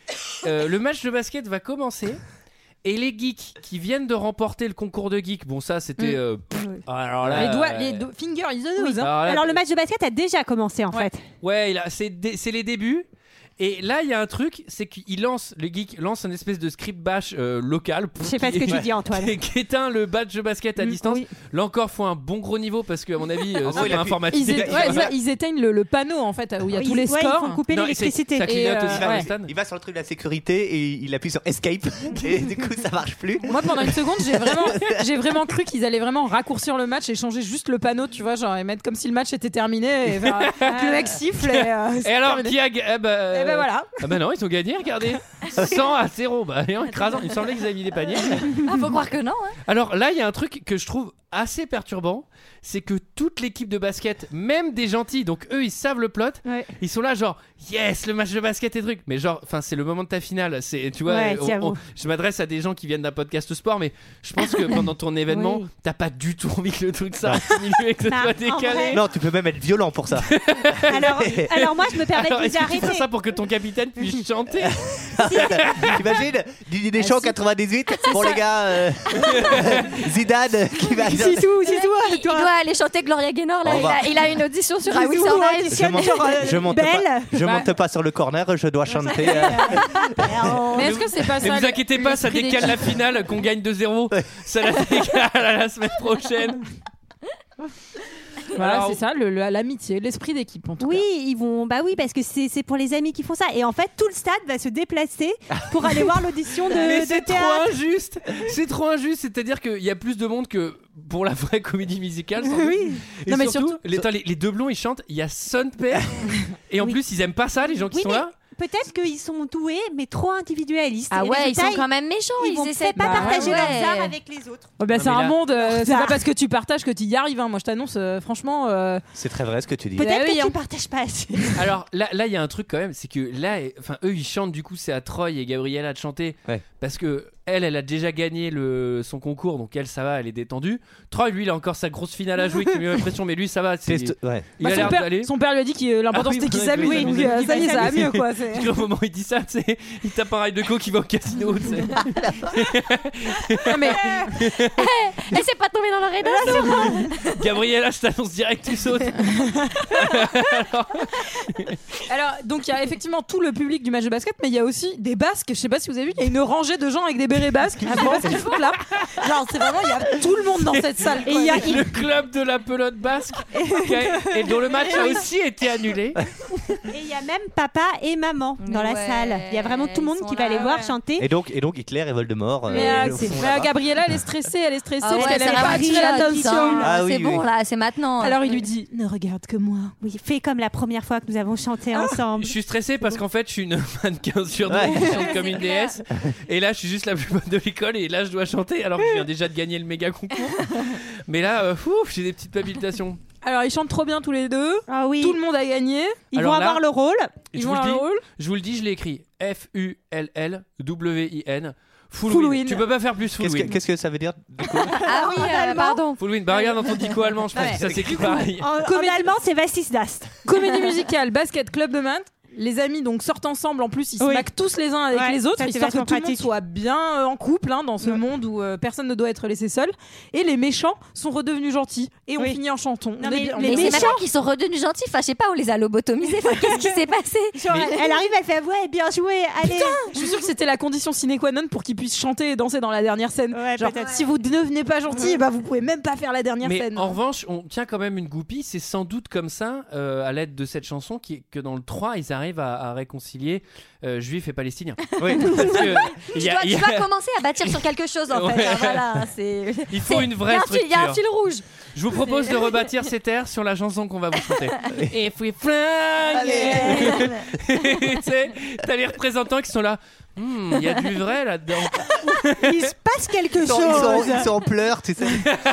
S1: euh, le match de basket va commencer. Et les geeks qui viennent de remporter le concours de geeks, bon ça c'était... euh, pff, alors là,
S9: les doigts,
S1: euh,
S9: les do- finger, ils en osent, hein.
S1: Alors là-
S6: Alors le match de basket a déjà commencé en fait.
S1: Ouais, il a- c'est dé- c'est les débuts. Et là, il y a un truc, c'est qu'il lance, le geek lance un espèce de script bash euh, local. Je
S6: sais pas ce que tu dis, Mm, Antoine.
S1: Qui, qui éteint le badge de basket à distance. Là encore, faut un bon gros niveau parce que, à mon avis, euh,
S8: En gros,
S1: c'est
S8: il a
S1: pas
S8: pu-
S1: informatique.
S9: Ils, éte- ouais, ça, ils éteignent le, le panneau en fait où il y a
S6: Ils-
S9: tous les
S6: ouais, ils
S9: scores.
S6: font couper
S1: Non,
S6: l'électricité.
S1: c'est- ça clignote
S9: Et,
S1: aussi
S9: euh,
S1: dans le
S9: ouais.
S1: stand.
S8: Il va sur le truc de la sécurité et il appuie sur escape. Et du coup, ça marche plus.
S9: Moi pendant une seconde j'ai vraiment j'ai vraiment cru qu'ils allaient vraiment raccourcir le match et changer juste le panneau tu vois genre et mettre comme si le match était terminé et faire- que le mec siffle et, euh, c'est
S1: Et alors,
S9: terminé.
S1: qui a. ga- Eh ben,
S9: Eh ben voilà.
S1: Ah ben non, ils ont gagné, regardez. 100 à 0. Bah, allez, en écrasant. Il me semblait qu'ils avaient mis des paniers.
S12: Ah, faut croire que non. hein.
S1: Alors là, il y a un truc que je trouve assez perturbant, c'est que toute l'équipe de basket, même des gentils, donc eux ils savent le plot, ils sont là genre yes le match de basket et truc, mais genre enfin c'est le moment de ta finale, c'est tu vois,
S6: Ouais,
S1: on-
S6: j'avoue.
S1: on- je m'adresse à des gens qui viennent d'un podcast sport, mais je pense que pendant ton événement,
S6: Oui.
S1: t'as pas du tout envie que le truc s'arrête au milieu et que
S6: Bah,
S1: ça soit
S6: en vrai-
S1: décalé.
S8: Non, tu peux même être violent pour ça.
S6: Alors, alors moi, je me permets
S1: Alors,
S6: de vous
S1: est-ce que tu
S6: arrêter.
S1: fais ça pour que ton capitaine puisse chanter
S8: T'imagines Didier
S9: Ah,
S8: Deschamps 98 Bon les gars, euh, Zidane qui va
S12: tout, c'est tout. Il, il doit aller chanter Gloria Gaynor. Là.
S8: On
S12: Il,
S8: va.
S12: a, il a une audition sur I Will
S6: Bisous,
S12: Survive.
S8: Je monte, je monte pas, je
S9: Bah.
S8: monte pas sur le corner, je dois chanter. euh,
S9: Mais est-ce que c'est pas
S1: Ne
S9: ça
S1: vous inquiétez pas, ça
S9: l'esprit
S1: décale la finale qu'on gagne 2-0. Ça la décale à la semaine prochaine.
S9: Voilà,
S1: Alors-
S9: c'est ça, le- le- l'amitié, l'esprit d'équipe en tout
S6: Oui, ils vont. Bah oui, parce que c'est c'est pour les amis qui font ça. Et en fait, tout le stade va se déplacer pour aller voir l'audition de,
S1: Mais
S6: de
S1: c'est trop
S6: théâtre.
S1: injuste C'est trop injuste, c'est-à-dire qu'il y a plus de monde que pour la vraie comédie musicale. sans doute.
S6: Oui.
S1: Et
S6: Non, mais
S1: surtout,
S6: surtout-
S1: Les, attends, les- les deux blonds ils chantent, il y a son père. et en plus, ils aiment pas ça, les gens qui
S6: Oui,
S1: sont
S6: mais
S1: là.
S6: peut-être qu'ils sont doués, mais trop individualistes.
S12: Ah
S6: Et
S12: ouais, ils
S6: résultat,
S12: sont quand même méchants,
S6: Ils,
S12: ils
S6: vont
S12: essaient
S6: peut-être pas
S12: de- Bah
S6: partager
S12: ouais.
S6: leurs arts avec les autres. Ah, bah.
S9: Oh, bah,
S8: Non,
S9: c'est
S8: mais
S9: un
S8: là-
S9: monde, euh, c'est
S6: Ça.
S9: pas parce que tu partages que tu y arrives. hein. Moi, je t'annonce, euh, franchement. euh,
S8: C'est très vrai ce que tu dis.
S9: Bah
S6: Peut-être
S9: oui,
S6: que
S9: hein.
S6: tu partages pas assez.
S1: Alors là, là, il y a un truc quand même, c'est que là, eh, enfin, eux, ils chantent. Du coup, c'est à Troy et Gabriella de chanter
S8: Ouais.
S1: parce que elle, elle a déjà gagné le son concours, donc elle, ça va, elle est détendue. Troy, lui, il a encore sa grosse finale à jouer qui met la pression, mais lui, ça va. c'est-
S8: Test- ouais.
S1: Il
S9: bah,
S1: a
S9: son,
S1: l'air
S9: père,
S1: d'aller.
S9: son père lui a dit que l'important
S1: Ah oui,
S9: c'était qu'il
S1: oui,
S9: s'amuse.
S1: oui,
S9: donc,
S1: oui,
S9: euh,
S1: oui,
S9: ça y est,
S1: oui,
S9: ça va
S1: oui.
S9: mieux quoi.
S1: Parce
S9: c'est-
S1: que au moment où il dit ça, tu sais, il tape un rail de coke, il va au casino. tu sais.
S9: Non, Ah, mais
S12: Eh, Elle s'est pas tombée dans l'oreille d'un sourd.
S1: Gabriella, je t'annonce direct, tu sautes.
S9: Alors, donc il y a effectivement tout le public du match de basket, mais il y a aussi des basques. Je sais pas si vous avez vu, il y a une rangée de gens avec des bérets basques. Je sais pas ce qu'ils foutent là. Genre, c'est vraiment, il y a tout le monde dans cette salle.
S6: Et il y a-
S1: Le club de la pelote basque, qui a- et dont le match a aussi été annulé.
S6: Et il y a même papa et maman dans la
S12: ouais,
S6: salle. Il y a vraiment tout le monde
S12: ils sont
S6: qui va
S12: là,
S6: aller voir
S12: ouais.
S6: chanter.
S8: Et donc, et donc Hitler et Voldemort. euh,
S9: Mais, euh,
S8: au
S9: c'est-
S8: fond,
S9: mais, euh,
S8: là-bas.
S9: Gabriella, elle est stressée, elle est stressée,
S12: Ah ouais,
S9: parce qu'elle
S12: ça
S9: n'arrive pas
S12: va
S9: à attirer
S12: rire,
S9: l'attention.
S12: putain.
S8: Ah oui,
S12: c'est
S8: oui,
S12: bon
S8: oui.
S12: là, c'est maintenant.
S9: Alors il lui dit Ne regarde que moi. Ah.
S6: Oui, fais comme la première fois que nous avons chanté ensemble.
S1: Je suis stressé parce qu'en fait, je suis une mannequin sur deux,
S8: Ouais.
S1: qui chante comme
S12: c'est
S1: une
S12: clair.
S1: déesse. Et là, je suis juste la plus bonne de l'école. Et là, je dois chanter alors que je viens déjà de gagner le méga concours. Mais là, euh, ouf, j'ai des petites palpitations.
S9: Alors ils chantent trop bien tous les deux.
S6: Ah oui,
S9: Tout le monde a gagné.
S6: ils
S1: Alors
S6: vont
S1: là-
S6: avoir le rôle.
S9: Ils
S1: je,
S9: vont
S1: vous le dis,
S9: un rôle.
S1: je vous le dis, je l'ai écrit F-U-L-L-W-I-N. Full,
S9: Full
S1: win.
S9: win.
S1: Tu peux pas faire plus full
S8: Qu'est-ce que,
S1: win.
S8: qu'est-ce que ça veut dire
S12: Ah oui, euh, pardon.
S1: Full win. Bah, regarde dans ton dico allemand, je pense
S12: Ouais.
S1: que ça s'écrit pareil.
S6: En, en
S9: Comédie-
S6: allemand, c'est Vassis Dast.
S9: Comédie musicale, basket, club de maths. Les amis donc sortent ensemble. En plus, ils se
S6: Oui.
S9: maquent tous les uns avec
S6: Ouais,
S9: les autres,
S6: ça, c'est
S9: histoire que tout
S6: vachement
S9: le monde
S6: pratique.
S9: soit bien euh, en couple hein, dans ce monde où euh, personne ne doit être laissé seul. Et les méchants sont redevenus gentils et on
S6: Oui.
S9: finit en chanton.
S6: Non,
S9: On est
S6: mais
S9: bien- on
S6: les
S9: est
S12: Mais
S9: bien.
S12: c'est
S6: méchants.
S12: maintenant qu'ils sont redevenus gentils. Enfin, je sais pas, on les a lobotomisés. Enfin, Qu'est-ce qui s'est passé
S6: Genre, elle, elle arrive, elle fait ouais, bien joué, allez.
S9: Je suis sûre que c'était la condition sine qua non pour qu'ils puissent chanter et danser dans la dernière scène.
S6: Ouais,
S9: Genre,
S6: peut-être.
S9: si vous ne venez pas gentil, bah, vous pouvez même pas faire la dernière
S1: Mais
S9: scène. hein.
S1: en revanche, on tient quand même une goupille. C'est sans doute comme ça, euh, à l'aide de cette chanson, qui, que dans le 3, ils arrivent à, à réconcilier euh, juifs et palestiniens.
S8: Oui.
S1: Parce que il
S12: tu,
S1: y a-
S12: dois,
S1: il y
S12: tu
S1: a-
S12: dois commencer à bâtir sur quelque chose en fait.
S1: Ouais.
S12: Ah, voilà, c'est.
S1: il faut
S12: c'est-
S1: une
S12: il y
S1: vraie
S12: a un fil-
S1: structure.
S12: Il y a un fil rouge.
S1: Je vous propose de rebâtir ces terres sur la chanson qu'on va vous chanter. Et we fly, yeah. Tu sais, T'as les représentants qui sont là. Hmm, Il y a du vrai là-dedans.
S6: Il se passe quelque
S8: ils sont, ils sont-
S6: chose.
S8: ils sont en pleurs, tu sais.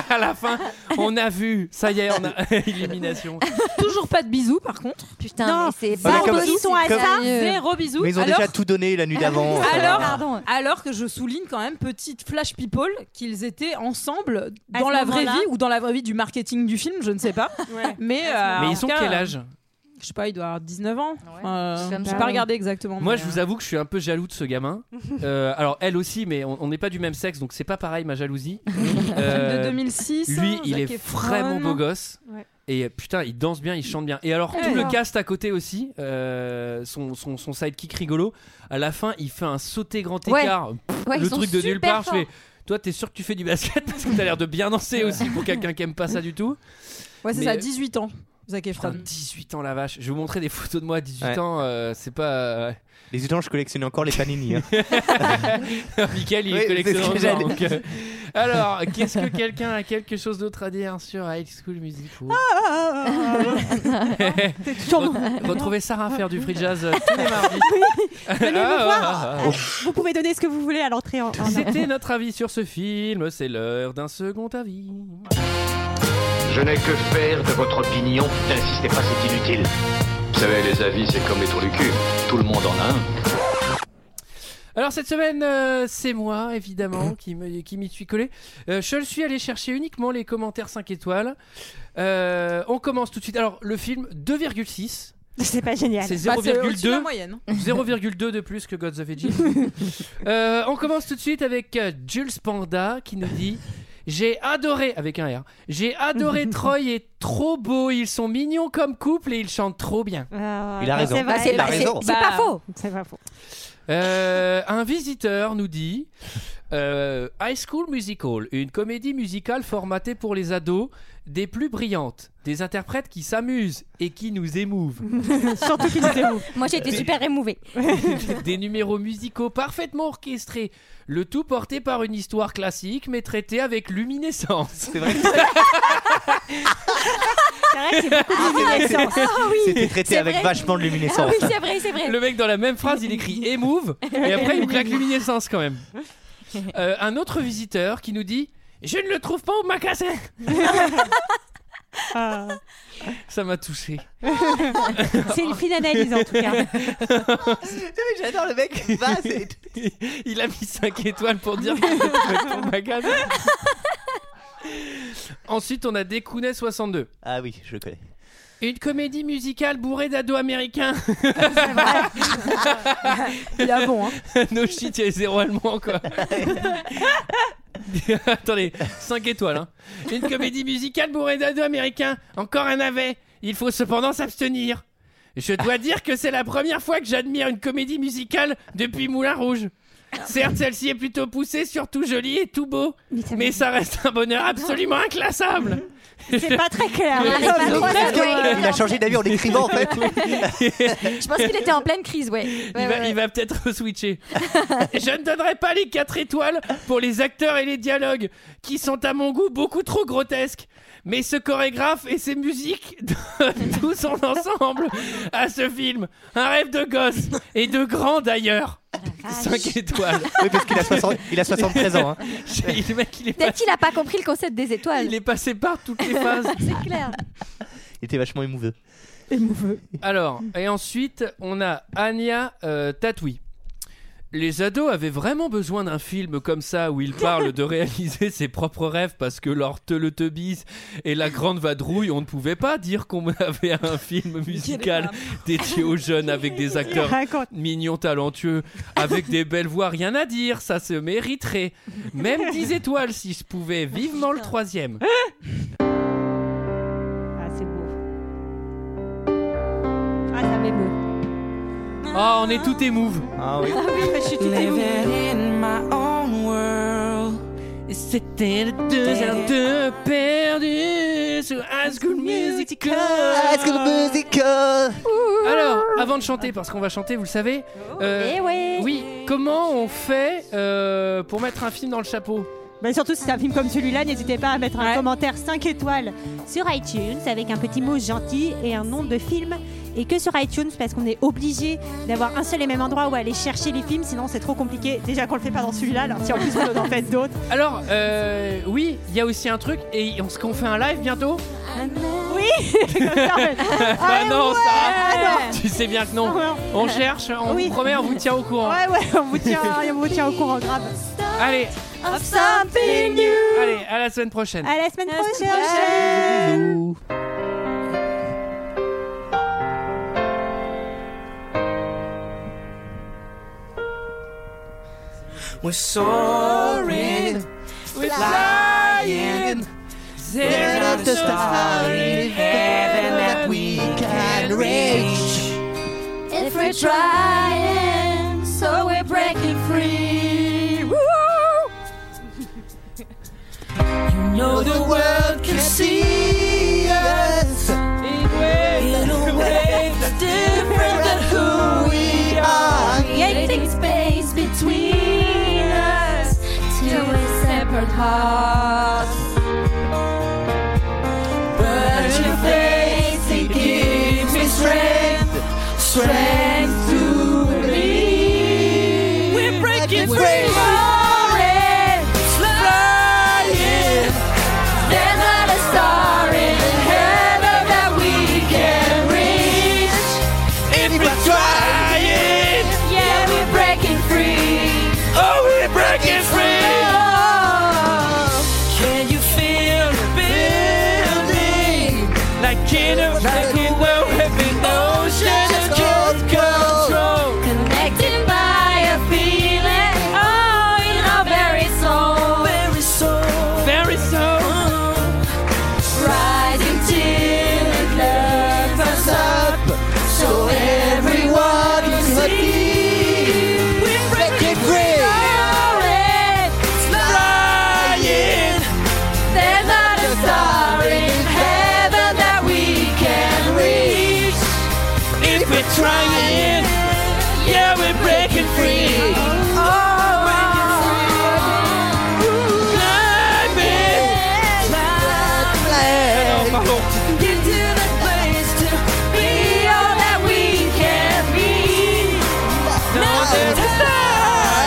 S1: À la fin, on a vu. Ça y est, on a élimination.
S9: Toujours pas de bisous par contre.
S12: Putain,
S6: Non,
S12: mais c'est
S1: Ah,
S8: Bah, mais
S12: pas
S8: comme-
S12: possible,
S6: ils sont à
S12: c'est
S6: ça,
S12: sérieux.
S9: Zéro bisous.
S8: Mais ils ont
S9: alors,
S8: déjà tout hein. donné la nuit d'avant. ça va.
S9: alors,
S12: Pardon.
S9: alors que je souligne quand même, petite flash people, qu'ils étaient ensemble
S6: À
S9: dans
S6: ce
S9: la vraie
S6: moment-là.
S9: vie ou dans la vraie vie du marketing du film, je ne sais pas. Mais,
S6: Ah,
S9: euh,
S1: Mais
S9: en
S1: ils sont
S9: tout cas,
S1: quel âge
S9: Je sais pas, il doit avoir 19 ans.
S12: je
S9: Euh,
S12: suis comme
S9: J'ai
S12: ça.
S9: pas regardé exactement.
S1: Moi,
S9: mais, euh,
S1: je
S12: euh,
S1: vous avoue que je suis un peu jaloux de ce gamin. Euh, alors, elle aussi, mais on on n'est pas du même sexe, donc c'est pas pareil ma jalousie.
S9: euh,
S1: Euh,
S9: de 2006.
S12: hein,
S1: lui, il
S9: hein, Zac
S1: est
S9: Efron.
S1: vraiment beau gosse.
S9: Ouais.
S1: Et euh, putain, il danse bien, il chante bien. Et alors,
S9: Ouais.
S1: tout le cast à côté aussi, euh, son, son, son sidekick rigolo, à la fin, il fait un sauté grand
S12: Ouais.
S1: écart. Pff,
S12: Ouais, ils
S1: le
S12: sont
S1: truc de nulle
S12: super
S1: part. Je fais,
S12: forts.
S1: toi, t'es sûr que tu fais du basket Parce que t'as l'air de bien danser aussi pour quelqu'un qui aime pas ça du tout.
S9: Ouais, c'est
S1: Mais-
S9: ça, 18 ans. Zac Efron.
S1: Putain, 18 ans la vache. Je vais vous montrer des photos de moi à 18 ans. euh, c'est pas. euh,
S8: Les étanches, je collectionne encore les panini. hein.
S1: Michael, il
S8: Oui,
S1: collectionne
S8: c'est ce que
S1: encore,
S8: j'allais
S1: donc, euh, Alors, qu'est-ce que quelqu'un a quelque chose d'autre à dire sur High School Musical
S6: Ah,
S1: Re- Ah. Retrouvez Sarah faire du free jazz euh, tous les mardis.
S6: Venez nous
S1: Ah,
S6: voir.
S1: ah, ah, ah.
S6: Vous pouvez donner ce que vous voulez à l'entrée en, en-
S1: C'était notre avis sur ce film. C'est l'heure d'un second avis.
S14: Je n'ai que faire de votre opinion. N'insistez pas, c'est inutile. Vous savez, les avis, c'est comme les trous du cul. Tout le monde en a un.
S1: Alors cette semaine, euh, c'est moi évidemment qui me qui m'y suis collé. Euh, je le suis allé chercher uniquement les commentaires 5 étoiles. Euh, on commence tout de suite. Alors le film 2,6.
S6: C'est pas génial.
S1: C'est
S9: Bah, c'est au-dessus de la
S1: 0,2
S9: moyenne.
S1: 0,2 de plus que Gods of Egypt. Euh, on commence tout de suite avec euh, Jules Panda qui nous dit J'ai adoré, avec un R, j'ai adoré Troy est trop beau, ils sont mignons comme couple et ils chantent trop bien.
S6: Euh,
S8: Il a raison. Ah,
S1: c'est vrai. Bah, c'est
S8: Il a
S1: pas-
S8: raison.
S1: c'est- c'est pas faux.
S6: C'est pas faux.
S1: Euh, un visiteur nous dit euh, High School Musical, une comédie musicale formatée pour les ados, des plus brillantes, des interprètes qui s'amusent et qui nous émouvent.
S6: Euh, Surtout qu'il était où
S12: Moi, j'ai été
S1: Bah,
S12: super émouvée.
S1: des numéros musicaux parfaitement orchestrés, le tout porté par une histoire classique mais traitée avec luminescence. C'est
S8: vrai
S6: que c'est beaucoup de
S8: Ah,
S6: luminescence.
S8: C'était traité
S1: C'est
S8: avec
S1: vrai.
S8: vachement de luminescence.
S12: vrai, Ah c'est vrai.
S1: Le mec dans la même phrase, il écrit émouve et après il nous claque luminescence quand même. Euh, un autre visiteur qui nous dit Je ne le trouve pas au magasin.
S6: Euh,
S1: Ça m'a touché.
S6: C'est une fine analyse en tout cas.
S8: J'adore le mec.
S1: Il a mis 5 étoiles pour dire qu'il était au magasin. Ensuite, on a Décounet 62.
S8: Ah oui, je le connais.
S1: Une comédie musicale bourrée d'ados américains.
S9: Il a bon, hein.
S1: no shit, il y a zéro allemand, quoi. Attendez, 5 étoiles. Hein. Une comédie musicale bourrée d'ados américains. Encore un navet. Il faut cependant s'abstenir. Je dois dire que c'est la première fois que j'admire une comédie musicale depuis Moulin Rouge. Certes, celle-ci est plutôt poussée, surtout jolie et tout beau. Mais ça reste un bonheur absolument inclassable.
S6: C'est pas très clair.
S12: Ah, c'est pas trop ça, ouais.
S8: Il a changé d'avis en l'écrivant en fait.
S12: Je pense qu'il était en pleine crise, ouais. Ouais,
S1: il
S12: ouais,
S1: va,
S12: ouais.
S1: il va peut-être switcher. Je ne donnerai pas les 4 étoiles pour les acteurs et les dialogues, qui sont à mon goût beaucoup trop grotesques. Mais ce chorégraphe et ses musiques donnent tout son ensemble à ce film. Un rêve de gosse, et de grand d'ailleurs.
S12: Ah,
S1: 5 étoiles.
S8: Oui, parce qu'il a, 60 il a 73 ans. hein.
S1: J'ai- Le mec, il est, pas-
S12: Peut-être qu'il a pas compris le concept des étoiles.
S1: il est passé par toutes les phases.
S12: c'est clair.
S8: Il était vachement émouveux.
S1: Alors, et ensuite, on a Anya euh, Tatoui. Les ados avaient vraiment besoin d'un film comme ça où ils parlent de réaliser ses propres rêves parce que leur Teletubbies et la grande vadrouille, on ne pouvait pas dire qu'on avait un film musical dédié aux jeunes avec des acteurs
S6: raconte
S1: mignons, talentueux, avec des belles voix, rien à dire, ça se mériterait. Même 10 étoiles si je pouvais, vivement le troisième.
S6: Ah, c'est beau. Ah, ça m'émeut.
S1: Oh, on est tout émouve.
S8: Ah oui.
S6: Je suis tout émue.
S13: Living in my own world.
S1: C'était les deux heures de perdu sur High School Musical.
S8: High School Musical.
S1: Alors, avant de chanter, parce qu'on va chanter, vous le savez. euh,
S12: Eh ouais.
S1: Oui, comment on fait euh, pour mettre un film dans le chapeau
S6: Bah, surtout si c'est un film comme celui-là, n'hésitez pas à mettre un commentaire 5 étoiles sur iTunes avec un petit mot gentil et un nom de film. Et que sur iTunes, parce qu'on est obligé d'avoir un seul et même endroit où aller chercher les films, sinon c'est trop compliqué. Déjà qu'on le fait pas dans celui-là, alors si en plus on en fait d'autres.
S1: Alors, euh, oui, il y a aussi un truc, et on, qu'on fait un live bientôt
S6: Oui Comme ça, ouais.
S1: Bah non, ça
S6: ouais.
S1: Tu sais bien que non. On cherche, on
S6: Oui.
S1: vous promet, on vous tient au courant.
S6: Ouais, ouais, on vous tient, on vous tient au courant, grave.
S1: Allez,
S6: Something new
S1: allez, à la semaine prochaine.
S6: À la semaine prochaine
S13: We're soaring, we're flying. There are the stars in heaven that we can reach.
S10: If we're trying, so we're breaking free.
S13: You know the world can see us.
S1: It her toss. But your face, it gives me strength, strength to believe. We're breaking free. Soaring, flying. There's not a star in heaven that we can reach. If we're trying, yeah, we're breaking free. Oh, we're breaking free. Can you feel the building? Like in a like a world having ocean of just control. Connected by a feeling. Oh, in our very soul. Very soul. Very soul. Rising till it lifts us up. So everyone can see. We're breaking free. Soaring, flying. There's not a star in heaven that we can reach. If we're trying, yeah, we're breaking free. Oh, climbing. Oh, Climbing. Into the place to be all that we can be. Now there's a star,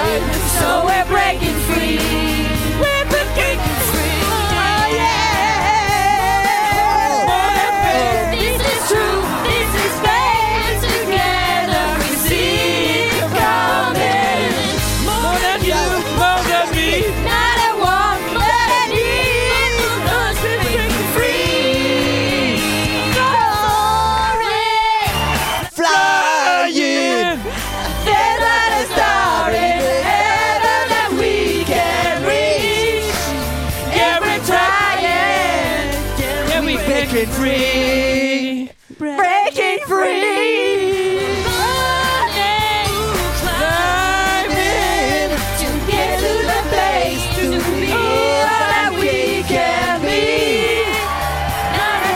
S1: so we're breaking free. We're breaking free. Oh, yeah. What happens? This is true. This is faith. Together we see it coming. More than you, more than me. Not a one, but a need. Us we're breaking free. Soaring. Flying. There's not a star in heaven that we can reach. Yeah, we're trying. Yeah, we're breaking free. Breaking free. Running, climbing to get to the place to be all that we can be. Not a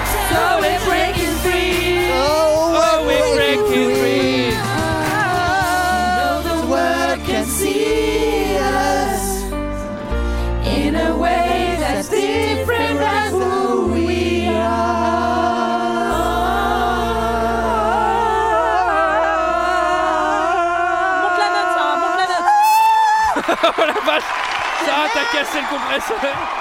S1: time, so we're breaking free. Oh, we're breaking free.
S8: Oh,
S1: No, the world can see us in a way that's different as who we
S15: Oh,
S1: are. Monte la note, Sarah, monte la note.
S15: oh la vache Sarah, t'as cassé le compresseur